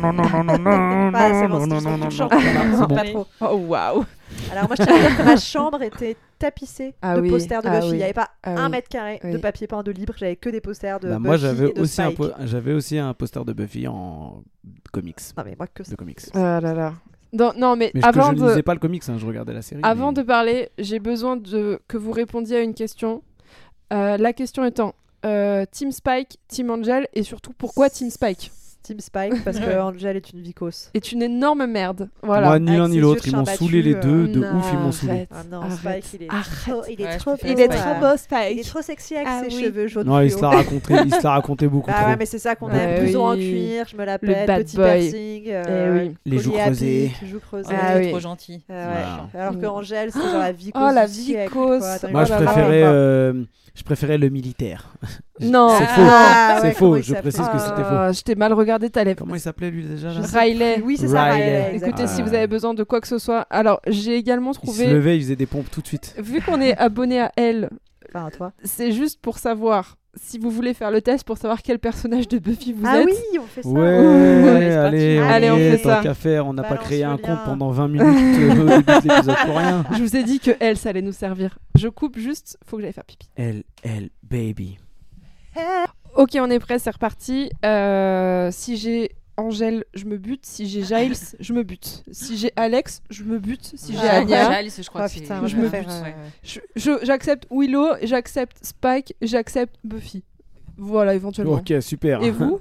Bah, c'est bon, c'est juste que tu chantes, alors, c'est pas trop.
Oh waouh.
Alors moi, je tiens à dire que ma chambre était tapissée
Ah
de
oui,
posters de
ah
Buffy. Il
oui,
n'y avait pas
ah
un
oui,
mètre carré de
oui.
papier peint de libre. J'avais que des posters de
Bah,
Buffy
moi j'avais
et de
aussi, un
Spike.
po- j'avais aussi un poster de Buffy en comics.
Non mais moi que ça.
De comics.
Ah là là. Non, non, mais,
Mais je- que
avant
je ne lisais
de
pas le comics, hein, je regardais la série.
avant
mais-
de parler, j'ai besoin de que vous répondiez à une question. Euh, la question étant euh, Team Spike, Team Angel et surtout pourquoi Team Spike
Team Spike parce que Angel est une vicose.
est une énorme merde. Voilà.
Moi, ni
Avec
l'un
ses
ni
yeux
l'autre,
de
ils m'ont
chat
saoulé les
battu,
deux.
euh,
De ouf, ils m'ont saoulé.
Arrête.
Ah non,
Arrête.
Spike il est.
Arrête.
Oh, il est
Ouais, je
trop
préfère
beau.
Il est
Spike.
trop beau Spike.
Il est trop sexy avec
Ah
ses
oui.
cheveux jaunes.
Non, il
fluo.
se l'a raconté, il se l'a raconté beaucoup
Bah
trop.
ouais, mais c'est ça qu'on
Ouais,
aime. Blouson en
oui.
cuir, je me
Le
l'appelle.
bad
Petit
boy.
piercing. euh,
Eh oui.
Les joues
collier à
creusées.
pic, joues creusées.
Ah
Ah,
oui.
Trop gentil.
Euh, ouais.
Voilà.
Alors que
Mm.
Angèle, c'est genre la vicose.
Oh, la
du siècle,
vicose.
quoi. Attends,
Moi,
Oh
mais
je
là là.
préférais, euh, je préférais le militaire.
Non.
c'est
Ah,
faux.
Ah,
c'est
ouais,
faux,
comment il
je
s'appelle
précise que c'était faux.
Ah, je t'ai mal regardé, t'allais.
Comment il s'appelait lui déjà là
Riley.
Oui, c'est ça.
Riley.
Riley,
Écoutez,
exactement.
si
Ah.
vous avez besoin de quoi que ce soit, alors j'ai également
Il se
trouvé,
levait, il faisait des pompes tout de suite.
vu qu'on est abonné à elle,
Enfin, à toi.
c'est juste pour savoir si vous voulez faire le test pour savoir quel personnage de Buffy vous
ah
êtes.
oui, on fait ça.
Ouais,
allez, c'est parti.
allez,
Allez, on
est,
fait
tant
ça.
qu'à faire, on n'a pas
Balance
créé
le
un
lien.
compte pendant 20 minutes euh, au début de l'épisode pour rien.
Je vous ai dit que elle, ça allait nous servir. Je coupe juste, faut que j'aille faire pipi.
LL Baby.
Ok, on est prêt, c'est reparti. Euh, si j'ai Angèle, je me bute. Si j'ai Giles, je me bute. Si j'ai Alex, je me bute. Si j'ai
Ah,
Anya,
Giles, je crois
Ah
que c'est-
putain,
moi,
je
me
me
préfère,
faire.
Ouais.
je- je- j'accepte Willow, j'accepte Spike, j'accepte Buffy. Voilà, éventuellement.
Ok, super.
Et vous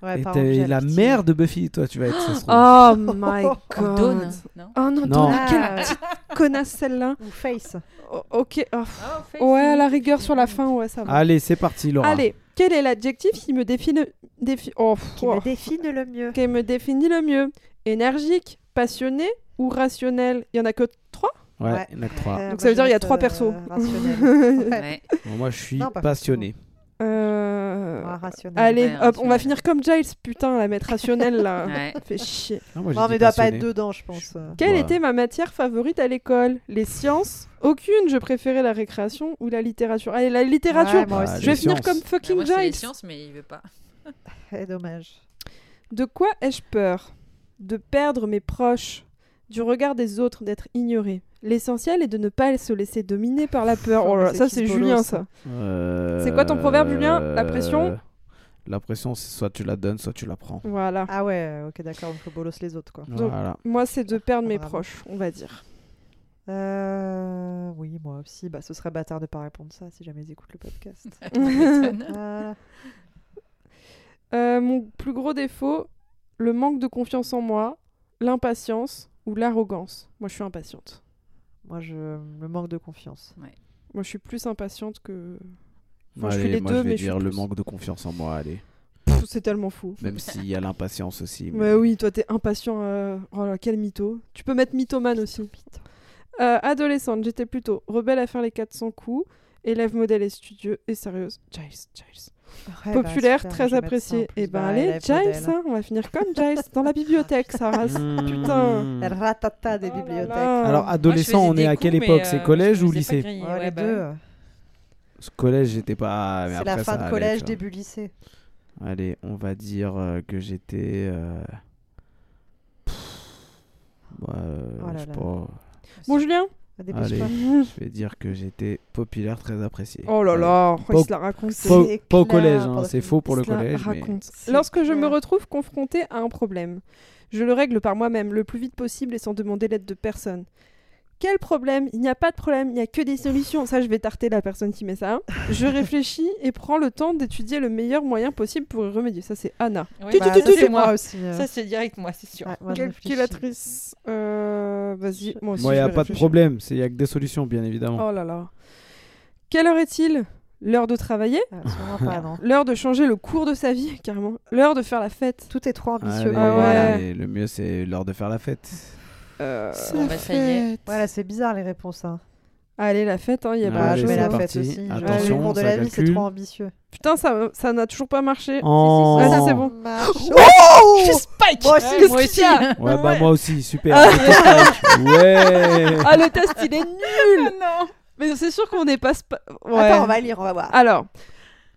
Ouais,
Et
par
t'es
Angel,
la
petit.
mère de Buffy, toi, tu vas être. ça se
Oh
trouve.
my god.
Dawn, non
Oh non,
Non.
Donna,
Ah,
quelle connasse celle-là.
Ou Face.
O- ok. oh, pff. ouais, à la rigueur sur la fin, ouais, ça va.
Allez, c'est parti, Laura.
Allez, quel est l'adjectif qui me définit défi... oh, pff,
Qui
oh.
me définit le mieux.
Qui me définit le mieux Énergique, passionné ou rationnel Il y en a que trois
Ouais,
Ouais.
il y en a que trois.
Euh,
Ah. Donc
moi,
ça veut dire, il y a
je
trois
reste,
persos.
euh, rationnel.
Ouais.
Bon, moi, je suis
Non, pas
passionné.
Euh,
Ouais, rationnel.
Allez,
Ouais,
hop, on va
rationnel.
finir comme Giles, putain, la mettre rationnelle là.
Ouais.
Ça Fait chier.
Non, moi, j'ai
Non,
dit
mais il doit pas
passionné.
être dedans, je pense.
Quelle
Ouais.
était ma matière favorite à l'école Les sciences Aucune, je préférais la récréation ou la littérature. Allez, la littérature
Ouais, moi
Ah,
aussi.
Je vais
les
finir
sciences.
comme
Ah,
fucking
Moi, c'est les
Giles.
sciences, mais il veut pas.
Eh, dommage.
De quoi ai-je peur De perdre mes proches, du regard des autres, d'être ignoré. L'essentiel est de ne pas se laisser dominer par la peur.
Oh,
Oh là
mais
là,
c'est
ça c'est
Kisbolo,
Julien
ça.
C'est quoi ton proverbe, Julien La pression
Euh, La pression, c'est soit tu la donnes, soit tu la prends.
Voilà.
Ah ouais, ok, d'accord, on faut bolos les autres, quoi.
Donc-
Voilà.
Moi, c'est de perdre mes
Bravo.
proches, on va dire.
Euh, oui, moi aussi. Bah, ce serait bâtard de pas répondre ça si jamais ils écoutent le podcast. Voilà.
Euh, mon plus gros défaut, le manque de confiance en moi, l'impatience ou l'arrogance. Moi, je suis impatiente.
moi, je me manque de confiance.
Moi, je suis plus impatiente que. Enfin,
Bon,
je fais
allez,
les
moi,
deux,
je vais
mais je suis
dire le
plus-
manque de confiance en moi, allez.
Pff, C'est tellement fou.
Même s'il y a l'impatience aussi.
Mais oui, toi, t'es impatient. euh, Oh là, quel mytho. Tu peux mettre mythomane aussi. Euh, adolescente, j'étais plutôt rebelle à faire les 400 coups, élève modèle et studieux et sérieuse. Giles, Giles.
Ouais, bah,
Populaire,
super, je
très
vais mettre ça en
appréciée.
plus.
Et ben
Bah,
allez,
élève
Giles,
modèle.
hein, on va finir comme Giles, dans la bibliothèque, ah, ça rase.
Hmm.
Putain.
Mmh.
Ratata des
Oh là
bibliothèques. Oh,
là.
Alors, adolescent, on est à quelle époque
euh,
C'est collège ou lycée
Ouais,
bah
les
bah
deux.
Ce Collège, j'étais pas. Ah, mais
C'est
après,
la fin
ça
de
allait,
collège,
tu vois.
début lycée.
Allez, on va dire euh, que j'étais. euh, pff, ouais, euh,
Oh là
je sais
là.
pas.
Bon, Julien
Allez.
Dépêche-toi.
Je vais dire que j'étais populaire, très apprécié.
Oh là là, oh, il
Pau-
se la raconte.
C'est
Pas, pas au
clair,
collège, hein,
pour le
c'est
coup.
faux pour
Il
le
se la
collège. mais-
raconte.
C'est
Lorsque je me
clair.
retrouve confrontée à un problème, je le règle par moi-même le plus vite possible et sans demander l'aide de personne. Quel problème Il n'y a pas de problème, il n'y a que des solutions. Ça, je vais tarter la personne qui met ça. hein. Je réfléchis et prends le temps d'étudier le meilleur moyen possible pour y remédier. Ça, c'est Anna. Tu-
Bah,
tu-
ça,
tu-
c'est
tu-
moi aussi. euh.
Ça, c'est direct moi, c'est sûr.
Ouais, moi, je réfléchis.
Calculatrice. Euh, Vas-y, moi aussi.
Moi, il
je
n'y
vais
a pas de
réfléchir.
problème, il n'y a que des solutions, bien évidemment.
Oh là là. Quelle heure est-il L'heure de travailler
Ah, sûrement pas, non.
L'heure de changer le cours de sa vie, carrément. L'heure de faire la fête.
Tout est trop ambitieux.
Allez,
pour
Ah
moi, là.
ouais.
allez, le mieux, c'est l'heure de faire la fête.
Euh,
Bon, bah, ça y est.
Voilà, c'est bizarre les réponses. hein.
Allez, la fête, il y a
Ah,
pas
Bah,
de
je
allez,
chose.
mets la
hein.
fête
c'est parti.
aussi. je-
Attention,
le cours de
ça
la vie, c'est
calcule.
trop ambitieux.
Putain, ça ça n'a toujours pas marché.
Oh.
Ah, ça, c'est bon.
Oh
Je suis Spike
Moi aussi,
Qu'est-ce qu'il y a
Ah
Ouais, bah
Ouais.
moi aussi, super. J'étais strike. ouais.
Ah, le test, il est nul
non.
Mais c'est sûr qu'on n'est pas... Spi- Ouais.
Ah, Attends, on va lire, on va voir.
Alors,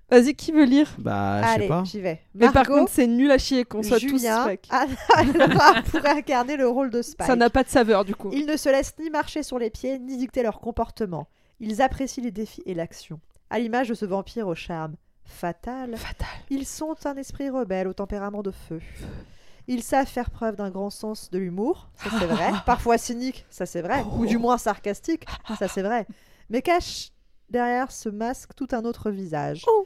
vas-y, qui veut lire
Bah, je sais
Allez,
pas.
j'y vais.
Mais par
Margot, ah,
contre, c'est nul à chier qu'on soit tous
Julien,
Spike.
Anna pourrait incarner le rôle de Spike.
Ça n'a pas de saveur, du coup.
Ils ne se laissent ni marcher sur les pieds, ni dicter leur comportement. Ils apprécient les défis et l'action. À l'image de ce vampire au charme fatal, ils sont un esprit rebelle au tempérament de feu. Ils savent faire preuve d'un grand sens de l'humour, ça c'est vrai, parfois cynique, ça c'est vrai, ou du moins sarcastique, ça c'est vrai, mais cachent derrière ce masque tout un autre visage.
Oh,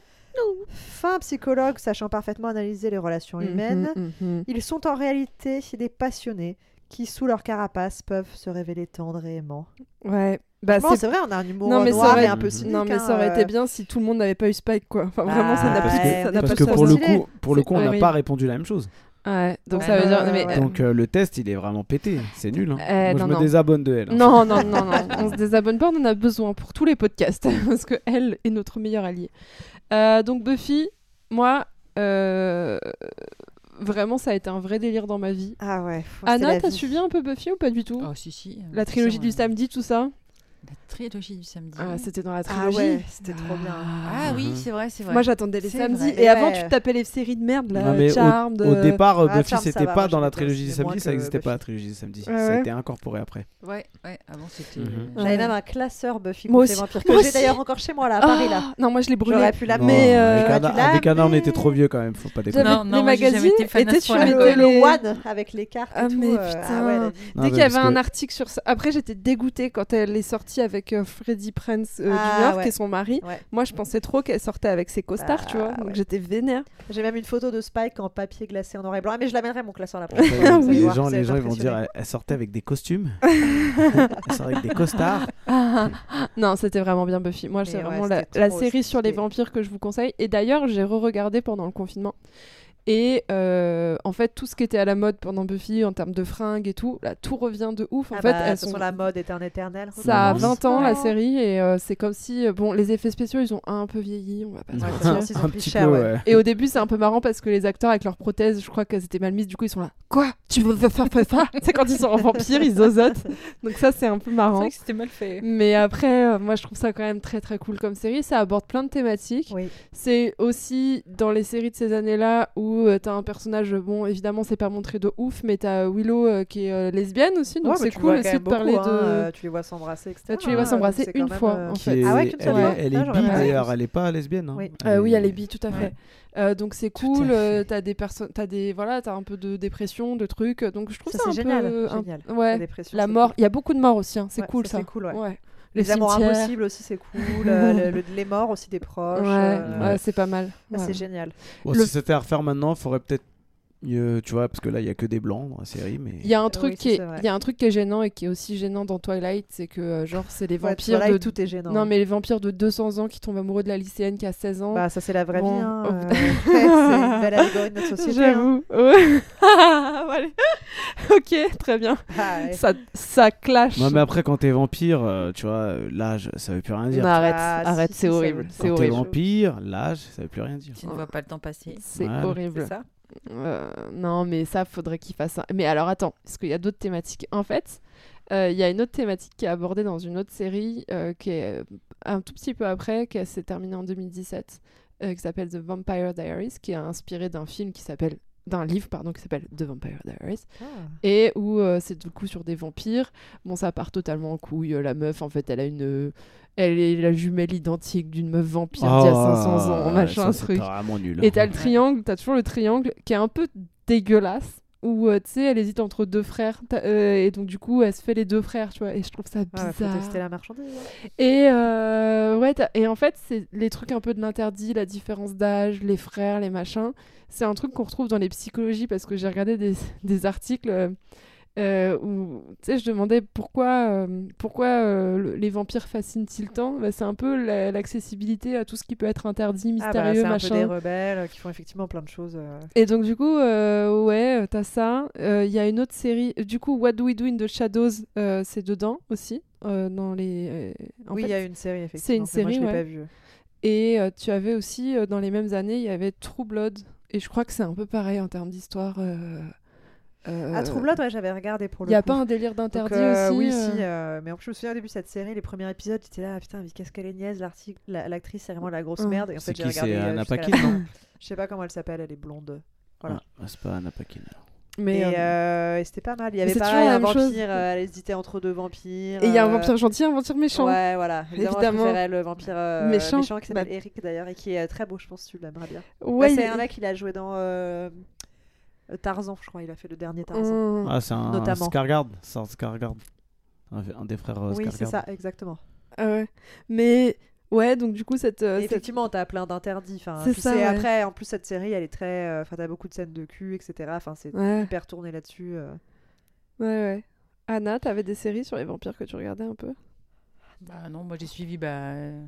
Fin psychologue sachant parfaitement analyser les relations
Mhm,
humaines,
mhm.
ils sont en réalité des passionnés qui, sous leur carapace, peuvent se révéler tendres et aimants.
Ouais. Bah,
Non,
c'est...
c'est vrai, on a un humour
Non, mais
euh,
ça
noir
aurait-
et un peu cynique.
Non, mais
hein,
ça aurait
euh.
été bien si tout le monde n'avait pas eu Spike, quoi. Enfin, vraiment, ça n'a
Ah,
plus
ouais,
de- ça n'a
Parce
pas
que
de
pour le
saveur.
stylé.
coup, pour le
C'est
coup, on n'a
horrible.
pas répondu la même chose.
Ouais, donc
Ouais,
ça veut
ouais,
dire...
ouais,
mais-
ouais.
Donc euh, le test, il est vraiment pété. C'est nul. hein.
Euh,
Moi,
non,
je
non.
me désabonne de elle. hein.
Non, non, non, non, on se désabonne pas, on en a besoin pour tous les podcasts, parce que elle est notre meilleure alliée. Euh, donc Buffy, moi, euh, vraiment, ça a été un vrai délire dans ma vie.
Ah ouais. faut- c'était
Anna,
la
t'as
vie.
suivi un peu Buffy ou pas du tout
Oh si si. euh,
La trilogie
bien sûr,
du
euh,
samedi, tout ça
La trilogie du samedi.
Ah, C'était dans la
Ah
trilogie.
ouais, c'était trop bien.
Ah oui, c'est vrai, c'est vrai.
Moi, j'attendais les
C'est
samedis.
vrai.
Et avant,
Ouais.
tu tapais les séries de merde, là,
Non, mais
Charmed.
Au
euh,
départ, euh,
ah,
Buffy,
Charme, ça
c'était
va,
pas
moi,
dans
je
la
déteste,
trilogie
mais
du
moins
samedi,
que
ça n'existait pas
Buffy.
la trilogie du samedi.
Ouais,
Ça a
ouais.
été incorporé après.
Ouais, ouais, avant c'était
Mhm.
euh,
J'avais même un classeur Buffy
Moi
contre les
aussi.
vampires
Moi
que j'ai
aussi.
d'ailleurs encore chez moi là, à
Ah,
Paris là.
Non, moi, je l'ai brûlé.
J'aurais pu la
Non, mais, euh,
avec Anna,
tu l'as,
avec Anna, on
mais-
était trop vieux quand même. Faut pas déconner.
J'avais
Non, non,
les
moi, j'ai jamais
magazines
été fan à
étaient
ce
tu
point-là.
mettais
Le, le
les-
one avec les cartes
Ah,
et tout.
mais
euh, ah
putain.
ouais, la-
Non,
Dès
mais
qu'il y avait
parce
un
que-
article sur ça, après j'étais dégoûtée quand elle est sortie avec euh, Freddie Prince euh,
Ah,
Jr.
ouais.
qui est son mari.
Ouais.
Moi je pensais trop qu'elle sortait avec ses costards, tu vois.
Bah,
Donc
ouais.
j'étais vénère.
J'ai même une photo de Spike en papier glacé en noir et blanc. Ah, Mais je l'amènerai mon classeur la prochaine fois.
Après,
vous allez
Les
voir,
gens,
vous
les
allez
gens
être
ils vont dire
impressionnés.
elle- elle sortait avec des costumes, elle sortait avec des costards.
Non, c'était vraiment bien Buffy. Moi, c'est
Mais ouais,
vraiment la,
c'était
la
trop,
série sur les
c'était-
vampires que je vous conseille. Et d'ailleurs, j'ai re-regardé pendant le confinement. Et euh, en fait, tout ce qui était à la mode pendant Buffy en termes de fringues et tout, là, tout revient de
eh,
ouf. En
Ah
fait,
bah,
elles
ce
sont
la mode est un éternel.
Ça a
Mmh.
20 ans la
Ouais.
série et euh, c'est comme si euh, bon les effets spéciaux ils ont un peu vieilli on va pas
Mm.
se
Ouais,
mentir.
c'est vrai. ils ont
un
pris
petit
cher,
peu.
ouais.
ouais.
Et au début, c'est un peu marrant parce que les acteurs avec leurs prothèses, je crois qu'elles étaient mal mises, du coup ils sont là. Quoi Tu veux faire faire faire faire C'est quand ils sont en vampire, ils osotent. Donc ça, c'est un peu
C'est
marrant.
vrai que c'était mal fait.
Mais après, euh, moi je trouve ça quand même très très cool comme série. Ça aborde plein de thématiques.
Oui.
C'est aussi dans les séries de ces années-là où tu t'as un personnage, bon évidemment c'est pas montré de ouf, mais t'as Willow euh, qui est euh, lesbienne aussi, donc
Ouais, mais
c'est
tu vois
cool
quand
aussi
même
de parler
beaucoup,
de.
hein, euh, tu les vois s'embrasser, etc.
Ah, tu les vois
hein,
s'embrasser
donc c'est
une
quand
fois,
même, euh,
en
Qui
fait.
est-
Ah ouais, qu'une seule
elle,
fois
est, elle
Ah,
est
j'aurais
bi
pas
d'ailleurs,
répondu.
elle est pas lesbienne. hein.
Oui.
Euh, oui, elle est bi, tout Euh, à fait.
Ouais.
Euh, donc c'est
Tout à
cool,
fait.
euh, t'as des personnes, t'as des voilà, t'as un peu de dépression, de trucs, euh, donc je trouve
Ça,
ça,
c'est
un
génial,
peu un-
génial. La
ouais,
dépression,
la
c'est
mort,
cool.
il y a beaucoup de morts aussi, hein, c'est
Ouais,
cool
ça,
ça.
c'est cool, ouais.
Ouais.
Les,
Le
amours
cimetière.
impossibles aussi, c'est cool. euh, le- le- les morts aussi des proches.
Ouais,
euh,
ouais, c'est pas mal.
ah,
Ouais.
C'est génial.
Bon,
Le-
Si c'était à refaire maintenant, faudrait peut-être mieux, tu vois, parce que là, il y a que des blancs dans la série, mais
Il y a un
Oui,
truc
ça,
qui est,
c'est vrai.
il y a un truc qui est gênant et qui est aussi gênant dans Twilight, c'est que euh, genre c'est les
Ouais,
vampires
Twilight,
de
tout est gênant.
non mais les vampires de 200 ans qui tombent amoureux de la lycéenne qui a 16 ans.
Bah, ça, c'est la vraie
Bon. oh.
vie. hein, euh, c'est une belle allégorie de notre société. hein.
J'avoue. Ouais. Allez. ok, très bien.
Ah, ouais.
Ça, ça clash.
Non, mais après, quand t'es vampire, euh, tu vois, euh, l'âge, ça veut plus rien dire.
Non, Bah, arrête,
Ah, si,
arrête,
si,
c'est
ça-
horrible, c'est
Bah, quand t'es
horrible,
vampire, l'âge, ça veut plus rien dire.
Tu ne vois pas le temps passer.
c'est
Ouais.
horrible.
C'est ça
Euh, non, mais ça, faudrait qu'il fasse un... Mais alors, attends, parce qu'il y a d'autres thématiques. En fait, euh, il y a une autre thématique qui est abordée dans une autre série euh, qui est euh, un tout petit peu après, qui s'est terminée en 2017, euh, qui s'appelle The Vampire Diaries, qui est inspiré d'un film qui s'appelle... d'un livre, pardon, qui s'appelle The Vampire Diaries,
Ah.
et où euh, c'est du coup sur des vampires. Bon, ça part totalement en couille. euh, La meuf, en fait, elle a une... euh, Elle est la jumelle identique d'une meuf vampire d'il y a 500 ans,
Ah,
machin,
ça, c'est
truc.
vraiment nul. hein.
Et t'as le
Ouais.
triangle, t'as toujours le triangle qui est un peu dégueulasse, où euh, tu sais, elle hésite entre deux frères, t'as- euh, et donc du coup, elle se fait les deux frères, tu vois, et je trouve ça
Ah,
bizarre.
faut tester la marchandise. hein.
Et euh, ouais, t'as- et en fait, c'est les trucs un peu de l'interdit, la différence d'âge, les frères, les machins. C'est un truc qu'on retrouve dans les psychologies parce que j'ai regardé des, des articles euh, euh, où tu sais, je demandais pourquoi, euh, pourquoi euh, le- les vampires fascinent-ils tant. Bah, c'est un peu la- l'accessibilité à tout ce qui peut être interdit,
Ah, bah,
mystérieux,
c'est un peu
machin.
des rebelles euh, qui font effectivement plein de choses. euh.
Et donc, du coup, euh, ouais, euh, t'as ça. Euh, Il y a une autre série. Du coup, What Do We Do in the Shadows, euh, c'est dedans aussi. euh, dans les, euh, en
Oui, il
fait.
y a une série, effectivement.
une
mais Moi, je
série,
l'ai
ouais.
pas vue.
Et euh, tu avais aussi, euh, dans les mêmes années, il y avait True Blood. Et je crois que c'est un peu pareil en termes d'histoire. euh, euh,
Ah, True Blood, ouais, j'avais regardé pour
Il
le
n'y a
coup.
pas un délire d'interdit
Donc, euh,
aussi
Oui,
euh,
si. euh, mais en plus, je me souviens au début de cette série, les premiers épisodes, j'étais là, ah, putain, mais qu'est-ce qu'elle est niaise, l'article- la- l'actrice, c'est vraiment la grosse
Hum.
merde. Et en
C'est
fait, j'ai
qui
regardé.
C'est
euh,
Anna
jusqu'à la
Paquin,
fin.
non
Je sais pas comment elle s'appelle, elle est blonde. Voilà.
Ah, C'est pas Anna Paquin. alors.
Mais
et
euh,
euh, et c'était pas mal. Il y avait
c'est toujours
pareil,
la
un
même chose.
vampire, euh, elle hésitait entre deux vampires.
et il y a un
euh,
vampire gentil, un vampire méchant.
Ouais, voilà. Évidemment, elle
Évidemment.
préférait le vampire euh, méchant.
Méchant.
qui s'appelle
Bah-
Eric d'ailleurs et qui est euh, très beau, je pense, tu l'aimerais bien.
Ouais,
Bah,
il-
c'est un mec qui l'a joué dans euh, Tarzan, je crois. Il a fait le dernier Tarzan.
Hum.
Ah, c'est un
Notamment.
Scargard. C'est un Scargard. Un, un des frères euh,
oui, c'est
Skarsgård.
ça, exactement.
Ah ouais. Mais ouais, donc du coup, cette. euh,
Et
cette-
effectivement, t'as plein d'interdits. Enfin,
C'est
puis
ça,
c'est
ouais.
après, en plus, cette série, elle est très. euh, Enfin, t'as beaucoup de scènes de cul, etc. Enfin, c'est
Ouais,
hyper tourné là-dessus. euh.
ouais, ouais. Anna, t'avais des séries sur les vampires que tu regardais un peu
Bah non, moi j'ai suivi bah, euh,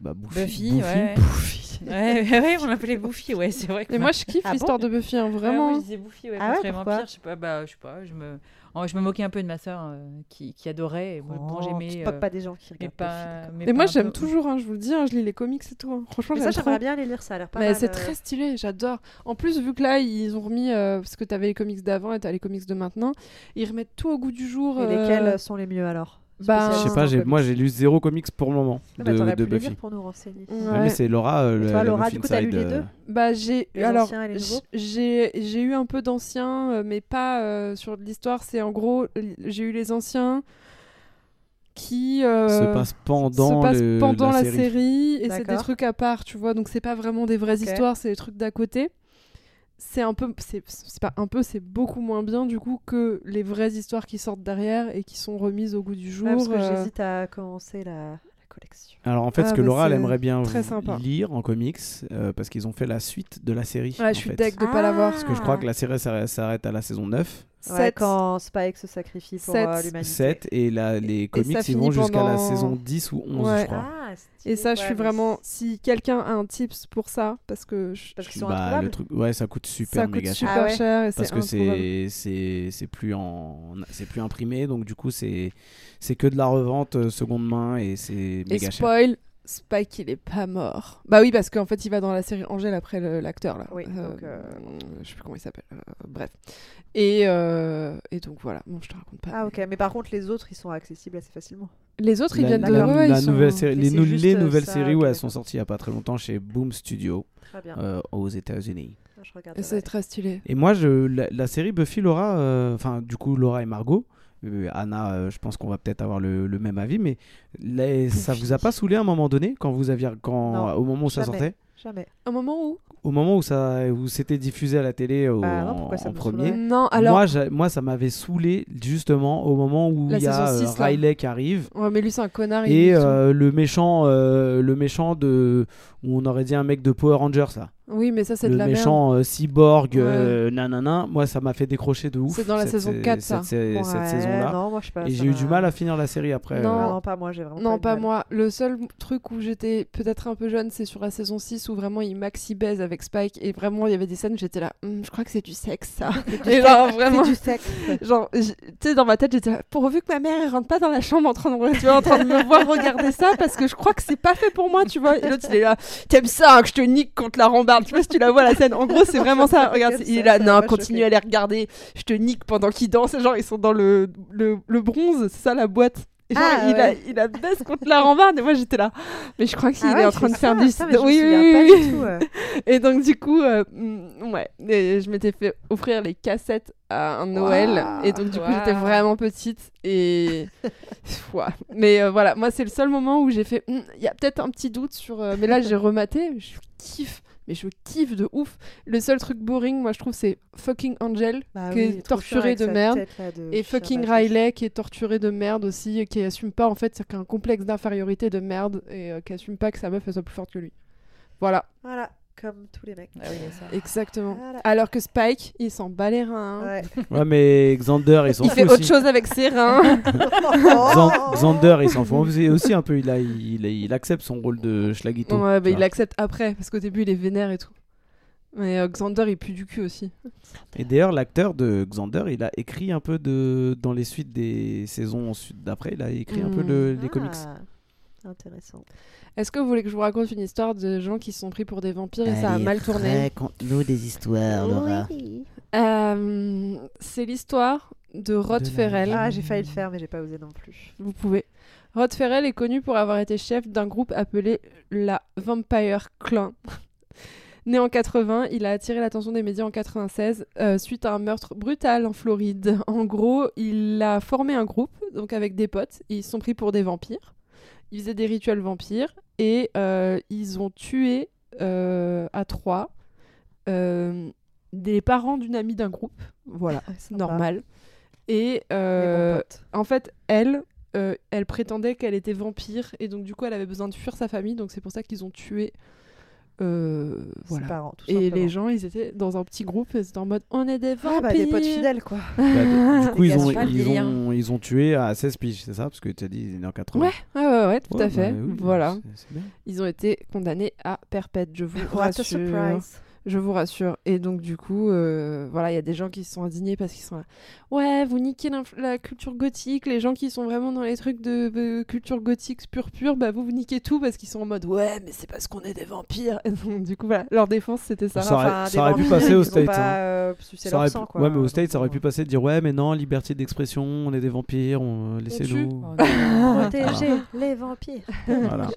Bah, Buffy.
Buffy,
Buffy.
ouais. ouais, ouais, ouais, on l'appelait Buffy, ouais, c'est vrai. que
Mais moi, je kiffe
Ah bon
l'histoire de Buffy, hein,
Ouais,
vraiment.
moi, je disais Buffy, ouais,
Ah ouais,
contre les
pourquoi
vampires, je sais pas, bah, je sais pas, je me, oh, je me moquais un peu de ma sœur euh, qui, qui adorait, et moi, bon,
Oh, tu
j'aimais,
te
euh,
moques pas des gens qui
mais
regardent. Buffy,
pas,
d'accord.
mais
Et
pas
moi,
un
j'aime
peu-
toujours, hein, je vous le dis, hein, je lis les comics et tout. hein. Franchement,
Mais ça,
j'aime trop.
j'aimerais bien les lire, ça a l'air pas
Mais
mal.
c'est
euh.
très stylé, j'adore. En plus, vu que là, ils ont remis, euh, parce que t'avais les comics d'avant et t'as les comics de maintenant, ils remettent tout au goût du jour.
Et
euh,
lesquels sont les mieux alors
bah,
Je sais
un
pas, j'ai- moi j'ai lu zéro comics pour le moment
Ah
de,
bah, t'aurais
de
pu les lire
Buffy.
pour nous renseigner.
Ouais.
Ouais, mais c'est Laura. euh,
Et
la-
toi,
la
Laura,
meuf
du coup, t'as lu
inside,
les deux
euh,
Bah, j'ai.
Les
alors,
anciens et les nouveaux
j'ai j'ai eu un peu d'anciens, euh, mais pas euh, sur de l'histoire. C'est en gros, l- j'ai eu les anciens qui. euh,
se passe pendant,
se passe
le-
pendant la, série, et c'est des
D'accord.
trucs à part, tu vois. Donc c'est pas vraiment des vraies
Ok.
histoires, c'est des trucs d'à côté. C'est un peu, c'est c'est pas un peu, c'est beaucoup moins bien du coup que les vraies histoires qui sortent derrière et qui sont remises au goût du jour.
Ouais, parce que
euh,
j'hésite à commencer la, la collection.
Alors en fait,
Ah,
ce que
bah,
Laura elle
c'est
aimerait bien
très
v-
sympa.
lire en comics, euh, parce qu'ils ont fait la suite de la série.
Ouais,
en
je suis Ah.
fait.
deg de pas l'avoir.
Parce
Parce que je crois que la série s'arrête s'arrête à la saison 9,
Ah, Ouais,
Sept.
quand Spike se sacrifie pour
Sept.
euh, l'humanité.
7, et la, les comics ils
finit
vont jusqu'à la
pendant-
saison 10 ou 11,
Ouais.
je crois.
Ah, stylé,
Et ça, je
ouais,
suis
mais
vraiment.
c'est-
Si quelqu'un a un tips pour ça, parce que je-
Parce qu'ils sont
bah,
introuvables.
le truc, ouais, ça coûte super
ça coûte
méga cher.
super
Ah ouais.
cher et c'est
Parce que
introuvable.
c'est c'est c'est plus en c'est plus imprimé donc du coup c'est c'est que de la revente euh, seconde main et c'est
Et
méga cher.
spoil, Spike il est pas mort. Bah oui, parce qu'en fait il va dans la série Angèle après le- l'acteur là.
Oui, donc, euh,
Je sais plus comment il s'appelle. Euh, bref. Et, euh, et donc voilà, bon, je te raconte pas.
Ah, ok, mais par contre, les autres, ils sont accessibles assez facilement.
Les autres ils
La-
viennent de.
la-
ouais, ouais,
la
ils sont-
nouvelle série-
Mais
les,
c'est
nou-
juste,
les
euh,
nouvelles
ça,
séries ouais,
ok,
elles
d'accord.
sont
Ah.
sorties il n'y a pas très longtemps chez Boom Studio
Très bien.
euh, aux États-Unis.
Je regarde.
Et C'est très stylé.
Et moi, je, la, la série Buffy, Laura, euh, enfin, du coup, Laura et Margot, euh, Anna, euh, je pense qu'on va peut-être avoir le, le même avis, mais les- ça vous a pas saoulé à un moment donné quand vous aviez, quand,
Non,
au moment où ça
jamais.
sortait
Jamais.
Un moment où
Au moment où ça, où c'était diffusé à la télé au-
Bah non,
en,
pourquoi ça
en
me
premier,
saoulerait
Non, alors.
moi, j'a- moi, ça m'avait saoulé justement au moment où
La
il y a
saison
euh,
six, là.
Riley qui arrive
Ouais, mais lui, c'est un connard. il
et
dit tout.
euh, le méchant, euh, le méchant de, où on aurait dit un mec de Power Rangers, ça.
Oui, mais ça, c'est de
le
la merde.
méchant euh, cyborg, euh, nanana. Moi, ça m'a fait décrocher de ouf.
C'est dans la
cette-
saison
cette-
4,
cette-
ça. bah,
cette- cette
Ouais,
saison-là.
Non, moi je sais pas.
Et
ça
j'ai eu
m'a-
du mal à finir la série après.
Non.
euh,
Ah non, pas moi, j'ai vraiment
Non,
pas
pas
eu de mal.
moi. Le seul truc où j'étais peut-être un peu jeune, c'est sur la saison 6 où vraiment il maxi baise avec Spike et vraiment il y avait des scènes, j'étais là, Hum, je crois que c'est du sexe ça. et genre vraiment,
C'est du sexe.
genre, j- tu sais, dans ma tête, j'étais là, pourvu que ma mère elle rentre pas dans la chambre en train de, tu vois, en train de me voir regarder ça parce que je crois que c'est pas fait pour moi, tu vois. Et l'autre il est là, t'aimes ça, hein, que je te nique contre la rambarde, tu vois, si tu la vois la scène. En gros, c'est vraiment ça. Regarde,
T'aimes
il est
ça,
là,
ça m'a
non,
pas
continue
choquée.
à les regarder, je te nique pendant qu'ils dansent. Genre, ils sont dans le, le, le bronze, c'est ça la boîte. Et genre,
Ah,
il, a,
ouais.
il a baisse contre la rambarde et moi j'étais là. Mais je crois qu'il
Ah
est
ouais,
en
il
train de
ça
faire du.
Putain, mais je me
oui,
souviens
oui,
pas
oui, oui.
du tout, euh.
Et donc, du coup, euh, mm, ouais, et je m'étais fait offrir les cassettes à un Noël.
Waouh.
Et donc, du coup, j'étais
Waouh.
vraiment petite. Et. Ouah. Mais euh, voilà, moi, c'est le seul moment où j'ai fait. Hmm, Il y a peut-être un petit doute sur. euh, Mais là, j'ai rematé. Je kiffe. Mais je kiffe de ouf. Le seul truc boring, moi, je trouve, c'est fucking Angel.
Bah
Que
oui, trop
torturé
chiant avec
de
sa
merde.
tête, là, de
Et
chien
fucking
battu.
Riley qui est torturé de merde aussi, et qui assume pas en fait, c'est qu'un complexe d'infériorité de merde et euh, qui assume pas que sa meuf elle soit plus forte que lui. Voilà,
Voilà, comme tous les mecs.
Ah oui, il y a ça.
exactement.
Voilà.
Alors que Spike, il s'en bat les reins.
Ouais.
euh. Ouais, mais Xander, ils s'en
Il
fout
fait
aussi.
autre chose avec ses reins.
Xan- Xander, il s'en fout aussi- aussi un peu. Il, a, il, il accepte son rôle de Schlagito.
ouais,
tu
mais il
vois.
accepte après, parce qu'au début, il est vénère et tout. Mais euh, Xander, il pue du cul aussi.
Et d'ailleurs, l'acteur de Xander, il a écrit un peu de dans les suites des saisons ensuite d'après. Il a écrit un peu
Mm.
le- les comics.
Ah, Intéressant.
Est-ce que vous voulez que je vous raconte une histoire de gens qui sont pris pour des vampires et ça a mal tourné
Raconte-nous des histoires, Laura.
Euh, C'est l'histoire de Rod
De la-
Ferrell.
Ah, j'ai failli le faire, mais j'ai pas osé non plus.
Vous pouvez. Rod Ferrell est connu pour avoir été chef d'un groupe appelé la Vampire Clan. Né en 80, il a attiré l'attention des médias en 96 euh, suite à un meurtre brutal en Floride. En gros, il a formé un groupe, donc avec des potes, et ils se sont pris pour des vampires. Ils faisaient des rituels vampires et euh, ils ont tué euh, à trois euh, des parents d'une amie d'un groupe. Voilà, Ah, c'est normal. Et euh,
Les bons potes.
en fait, elle, euh, elle prétendait qu'elle était vampire et donc du coup, elle avait besoin de fuir sa famille. Donc c'est pour ça qu'ils ont tué. euh,
Ses
voilà.
parents, tout
Et
simplement.
les gens, ils étaient dans un petit groupe et c'était en mode on est des vampires.
Ah, bah, des potes fidèles, quoi.
Bah, du coup,
Il y
ils
a
ont,
pas le
ils,
délire.
ont, ils ont tué à 16 piges, c'est ça Parce que tu as dit, il est en 80.
Ouais, ouais, ouais, ouais, tout
Ouais,
à fait.
bah oui,
voilà.
c'est- c'est bien.
Ils ont été condamnés à perpète, je vous rassure.
surprise.
Je vous rassure. Et donc, du coup, euh, voilà, il y a des gens qui se sont indignés parce qu'ils sont là. Ouais, vous niquez l'inf- la culture gothique. Les gens qui sont vraiment dans les trucs de, de culture gothique pure pure, bah vous, vous niquez tout parce qu'ils sont en mode ouais, mais c'est parce qu'on est des vampires. Et donc, du coup, voilà, leur défense, c'était ça.
Ça aurait-
Bah, Enfin,
ça aurait
des
pu
vampires,
passer
ils
aux
vont
States.
pas,
hein.
euh, sucer
Ça
leur
aurait
sang,
pu-
quoi.
ouais, mais aux
Donc, euh.
States, ça aurait pu
bon.
passer de dire Ouais, mais non, liberté d'expression, on est des vampires, on... euh,
tue.
laissez-nous.
Oh, non.
Ah.
Protéger les vampires.
Voilà.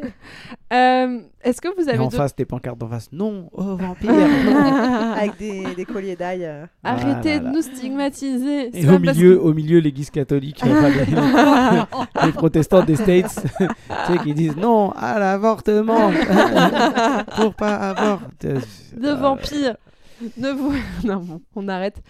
Euh, Est-ce que vous
Et
avez
en
d'autres.
face, tes pancartes d'en face, non, oh vampire.
Ah.
Avec des, des colliers d'ail. euh.
Arrêtez
Voilà.
de nous stigmatiser.
Ah Et
C'est
au
pas parce
milieu, au milieu l'église catholique, enfin, les, les protestants des States, tu sais, qui disent non à l'avortement pour pas avorter.
que- De vampires. Ne vous. non, bon, on arrête.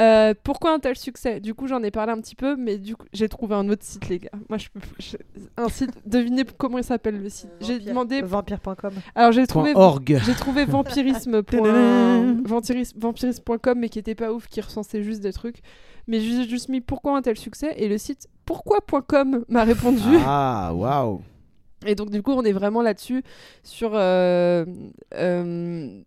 Euh, pourquoi un tel succès Du coup, j'en ai parlé un petit peu, mais du coup, j'ai trouvé un autre site, les gars. Moi, je peux. je- Un site. Devinez comment il s'appelle le site. J'ai
Vampire. Euh,
demandé.
Vampire.com.
Alors, j'ai
Point
trouvé.
org.
J'ai trouvé vampirisme.
Tadadam.
vampirisme.com, mais qui était pas ouf, qui recensait juste des trucs. Mais j'ai juste mis pourquoi un tel succès et le site pourquoi.com m'a répondu.
Ah, waouh.
Et donc, du coup, on est vraiment là-dessus, sur euh, euh,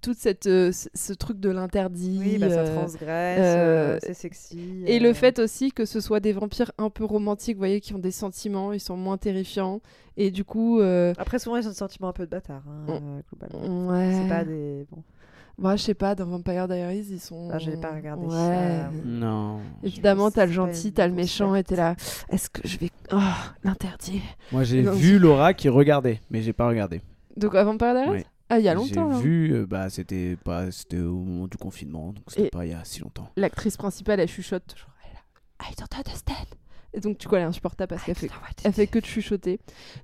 toute cette, euh, ce ce truc de l'interdit.
Oui, bah, ça
euh,
transgresse,
euh,
euh, c'est sexy.
Et le
euh.
fait aussi que ce soit des vampires un peu romantiques, vous voyez, qui ont des sentiments, ils sont moins terrifiants. Et du coup, euh,
Après, souvent, ils ont le sentiment un peu de bâtard, hein,
Mm. Euh,
euh, globalement.
ouais.
C'est pas des. Bon,
Moi, je sais pas, dans Vampire Diaries, ils sont.
Ah, j'ai pas regardé
Ouais.
ça.
Non.
Évidemment,
Je sais
t'as le
pas,
gentil,
une
t'as le
grosse
méchant,
perte.
et t'es là. Est-ce que je vais. Oh, l'interdit.
Moi, j'ai
Non.
vu Laura qui regardait, mais j'ai pas regardé.
De quoi, Vampire Diaries
Ouais.
Ah, il y a longtemps, là.
J'ai vu, euh, bah, c'était pas, c'était au moment du confinement, donc
Et-
c'était pas il y a si longtemps.
L'actrice principale, elle chuchote toujours. Elle est là, I don't understand. Et donc, tu vois, elle est insupportable parce qu'elle fait,
Putain, ouais,
elle fait que de chuchoter.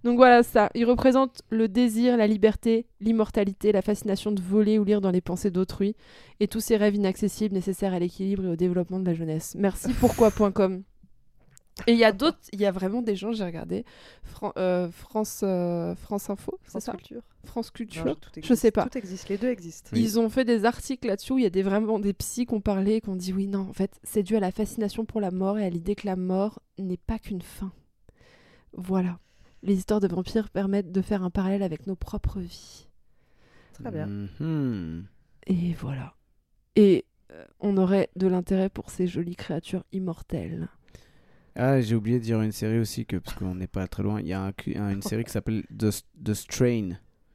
Donc voilà, ça. Il représente le désir, la liberté, l'immortalité, la fascination de voler ou lire dans les pensées d'autrui et tous ces rêves inaccessibles nécessaires à l'équilibre et au développement de la jeunesse. Merci pourquoi.com. Et il y a d'autres, il y a vraiment des gens, j'ai regardé, Fran- euh, France, euh, France Info, c'est
France
ça
Culture.
France Culture.
Non, tout
Je sais
existe,
pas.
Tout existe, les deux existent.
Oui.
Ils ont fait des articles là-dessus où il y a des, vraiment des psys qui ont parlé et qui ont dit oui, non, en fait, c'est dû à la fascination pour la mort et à l'idée que la mort n'est pas qu'une fin. Voilà. Les histoires de vampires permettent de faire un parallèle avec nos propres vies.
Très
Mm.
bien.
Mhm.
Et voilà. Et euh, on aurait de l'intérêt pour ces jolies créatures immortelles.
Ah, j'ai oublié de dire une série aussi, que, parce qu'on n'est pas très loin. Il y a un cu- un- une série qui s'appelle The, The Strain.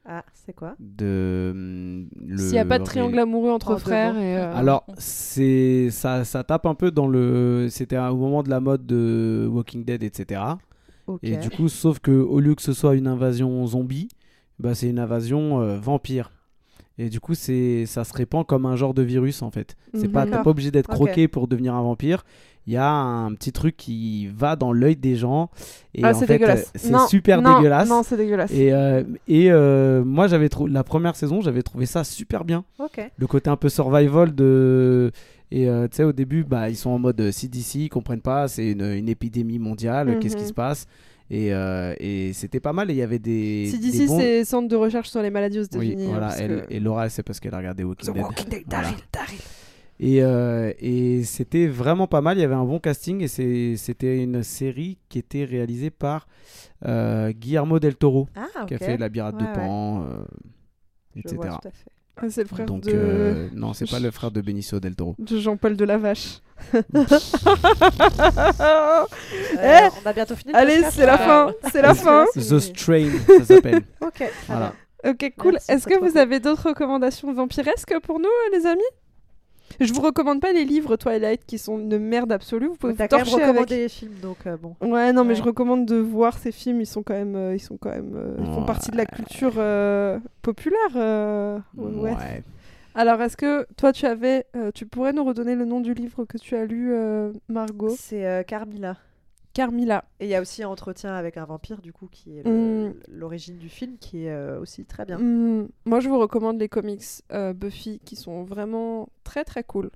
Ah, c'est quoi
De, hum, le
S'il n'y a pas de triangle amoureux entre
Oh,
frères
devant.
et. euh,
Alors, c'est ça, ça tape un peu dans le. C'était au moment de la mode de Walking Dead, etc.
Ok.
Et du coup, sauf que au lieu que ce soit une invasion zombie, bah, c'est une invasion euh, vampire. Et du coup, c'est ça se répand comme un genre de virus en fait. C'est pas
Mhm.
t'es pas obligé d'être
Ok.
croqué pour devenir un vampire. Il y a un petit truc qui va dans l'œil des gens. Et
Ah,
en
c'est
fait,
dégueulasse.
euh, C'est
Non,
super
non,
dégueulasse.
Non, c'est dégueulasse.
Et, euh, et euh, moi, j'avais trouvé la première saison, j'avais trouvé ça super bien
Ok.
le côté un peu survival de et euh, tu sais au début bah ils sont en mode euh, CDC ils comprennent pas c'est une, une épidémie mondiale
Mhm.
qu'est-ce qui se passe et, euh, et c'était pas mal et il y avait des des
CDC,
bons-
c'est Centre de recherche sur les maladies aux
oui,
États-Unis. hein,
voilà
parce
elle-
que-
et Laura c'est parce qu'elle a regardé Walking Dead Voilà.
Daryl, Daryl.
et, euh, et c'était vraiment pas mal il y avait un bon casting et c'est- c'était une série qui était réalisée par euh, Guillermo del Toro
Ah, ok.
qui a fait La Birate
Ouais,
de Pan euh,
Je
etc
vois tout à fait.
Ah, C'est le frère
donc
de...
euh, non c'est pas le frère de Benicio del Toro
de Jean-Paul de la Vache.
Euh, on a bientôt fini. le
Eh Allez,
podcast, hein.
c'est la
là.
fin, c'est la fin.
The Strain, ça s'appelle.
Ok. très
Voilà.
bien.
Ok, cool.
Merci,
Est-ce
c'est
que
trop
vous
cool.
avez d'autres recommandations vampiresques pour nous, euh, les amis Je vous recommande pas les livres Twilight qui sont une merde absolue. Vous pouvez vous
T'as quand même
torcher
recommandé
avec.
les films, donc euh, bon.
Ouais, non, mais
Ouais.
je recommande de voir ces films. Ils sont quand même, euh, ils sont quand même, euh, ils font
Ouais.
partie de la culture euh, populaire. euh, ouais, ouais.
Ouais.
Alors, est-ce que toi, tu avais, euh, tu pourrais nous redonner le nom du livre que tu as lu, euh, Margot
C'est euh, Carmilla.
Carmilla.
Et il y a aussi Entretien avec un vampire, du coup, qui est
Hmm.
le-
Mm.
l'origine du film, qui est euh, aussi très bien.
Hmm, moi, je vous recommande les comics euh, Buffy qui sont vraiment très très cool.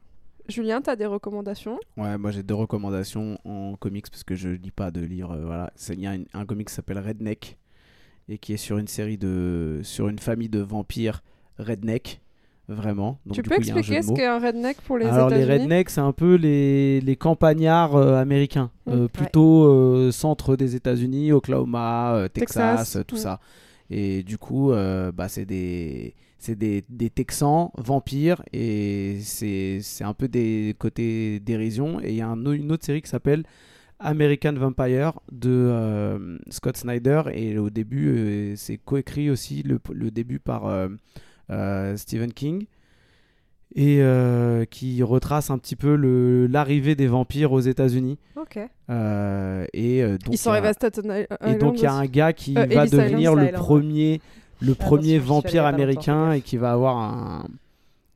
Julien, t'as des recommandations
Ouais, moi j'ai deux recommandations en comics parce que je lis pas de lire. euh, voilà, C'est- il y a une- un comic qui s'appelle Redneck et qui est sur une série de, sur une famille de vampires redneck, vraiment. Donc,
Tu
du
peux
coup, il y a un jeu
expliquer
de
ce
mots.
qu'est un redneck pour les
Alors les
États-Unis
rednecks, c'est un peu les, les campagnards euh, américains,
Mm.
Euh,
Ouais.
plutôt euh, centre des États-Unis, Oklahoma, euh, Texas,
Texas,
euh, tout
ouais.
ça. Et du coup, euh, bah, c'est des c'est des, des Texans vampires et c'est c'est un peu des côtés dérision. Et il y a un au- une autre série qui s'appelle American Vampire de euh, Scott Snyder et au début euh, c'est coécrit aussi le, le début par euh, euh, Stephen King et euh, qui retrace un petit peu le- l'arrivée des vampires aux États-Unis
Ok.
Euh, et euh, donc
Ils sont
il y a-
arrivés à Staten Island.
et donc il y a un
aussi.
gars qui
Euh,
va
Ellis Island,
devenir le
Island, ouais.
premier le premier
Attention, j'y suis allée il y a
vampire
pas longtemps,
américain
fais
et qui va avoir un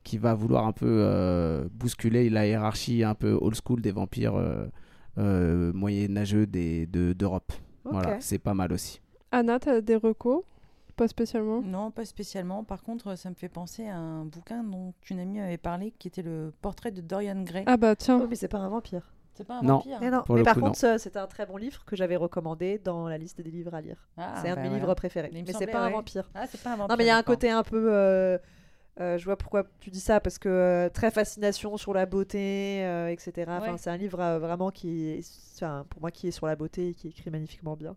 qui va vouloir un peu euh, bousculer la hiérarchie un peu old school des vampires euh, euh, moyenâgeux des- de- d'Europe.
Ok.
Voilà, c'est pas mal aussi.
Anna, t'as des recos Pas spécialement.
Non, pas spécialement. Par contre, ça me fait penser à un bouquin dont une amie avait parlé, qui était le portrait de Dorian Gray.
Ah bah
Oh,
tiens.
mais c'est pas un vampire.
C'est pas un
Non.
vampire
Eh non.
Pour
mais
le
par
coup,
contre, euh, c'est un très bon livre que j'avais recommandé dans la liste des livres à lire.
Ah,
c'est un
bah
de mes
voilà.
livres préférés.
Il me
Mais c'est
semblait,
pas un
ouais.
vampire.
Ah, c'est pas un vampire.
Non, mais il y a un
d'accord.
côté un peu. euh, euh, je vois pourquoi tu dis ça, parce que euh, très fascination sur la beauté, euh, etc. Enfin,
Ouais.
c'est un livre euh, vraiment qui est, enfin, pour moi, qui est sur la beauté et qui écrit magnifiquement bien.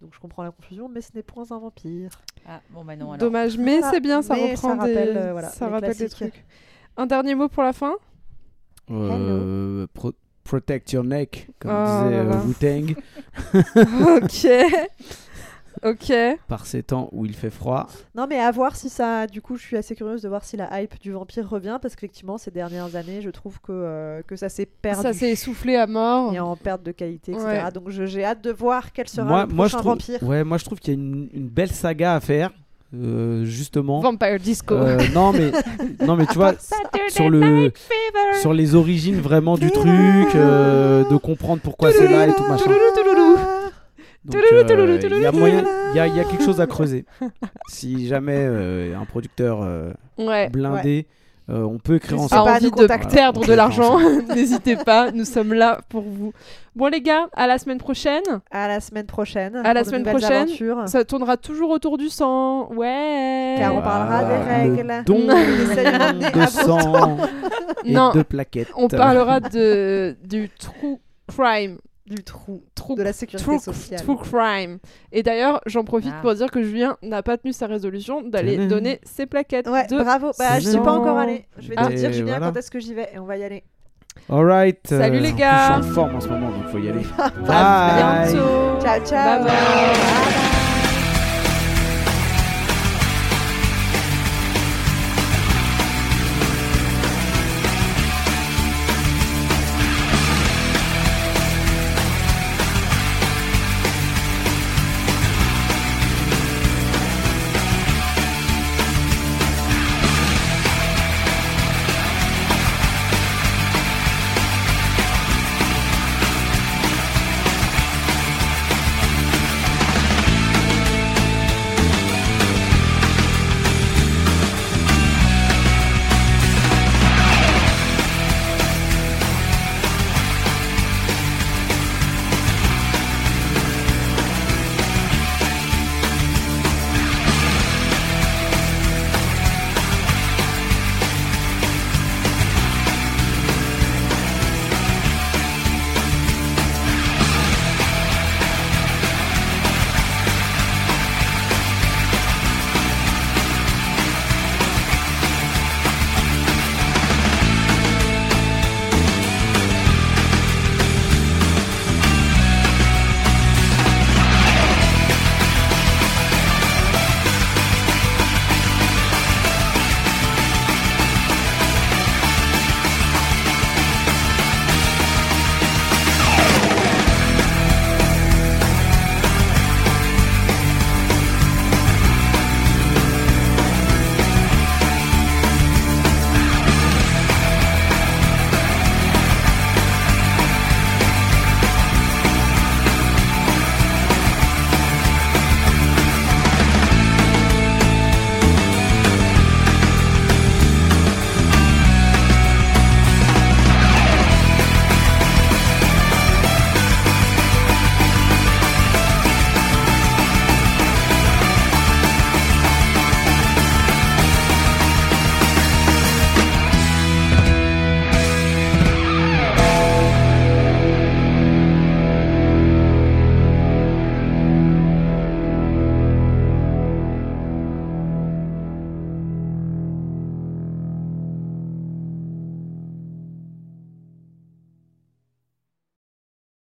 Donc je comprends la confusion, mais ce n'est point un vampire.
Ah, bon, bah non, alors.
Dommage, mais
Ah,
c'est bien, ça
mais
reprend
ça rappelle,
des,
euh, voilà,
ça
les
rappelle des
classiques.
trucs. Un dernier mot pour la fin
euh, pro- protect your neck, comme
Oh
disait
là là.
euh, Wu-Tang,
Ok. Ok.
par ces temps où il fait froid.
Non, mais à voir si ça. Du coup, je suis assez curieuse de voir si la hype du vampire revient, parce qu'effectivement, ces dernières années, je trouve que, euh, que ça s'est perdu.
Ça s'est essoufflé à mort.
Et en perte de qualité, etc.
Ouais.
Donc je- j'ai hâte de voir quel sera le prochain
moi, je trouve,
vampire.
Ouais, moi je trouve qu'il y a une, une belle saga à faire, euh, justement.
Vampire Disco.
Euh, non mais non mais tu vois, sur le sur les origines vraiment du truc, euh, de comprendre pourquoi c'est là et tout machin. Donc, euh, il y a moyen, il y, a- il y a quelque chose à creuser. Si jamais euh, un producteur euh,
Ouais.
blindé, euh, on peut écrire
Je sais
a
ensemble.
pas,
envie
nous
de
contacter.
perdre de
Voilà.
l'argent, n'hésitez pas, nous sommes là pour vous. Bon les gars, à la semaine prochaine.
À la semaine prochaine.
À la
pour de
semaine
nouvelles
prochaine.
aventures.
Ça tournera toujours autour du sang. Ouais.
Car on
Voilà,
parlera des
le
règles.
don
Des saignements
de sang et
Non,
de plaquettes.
on parlera de du true crime,
Du trou.
true
De la sécurité
True,
sociale.
true crime. Et d'ailleurs, j'en profite
Ah.
pour dire que Julien n'a pas tenu sa résolution d'aller
Tadam.
donner ses plaquettes
Ouais,
de
bravo. Bah,
C'est
je suis pas
bien.
encore allée. Je vais te
Ah. Et
dire, Julien,
voilà.
quand est-ce que j'y vais Et on va y aller.
All right. euh,
Salut les
en plus,
gars.
Je suis en forme en ce moment, donc faut y aller.
À
Bye.
bientôt.
Ciao,
Bye bye.
ciao. Bye bye.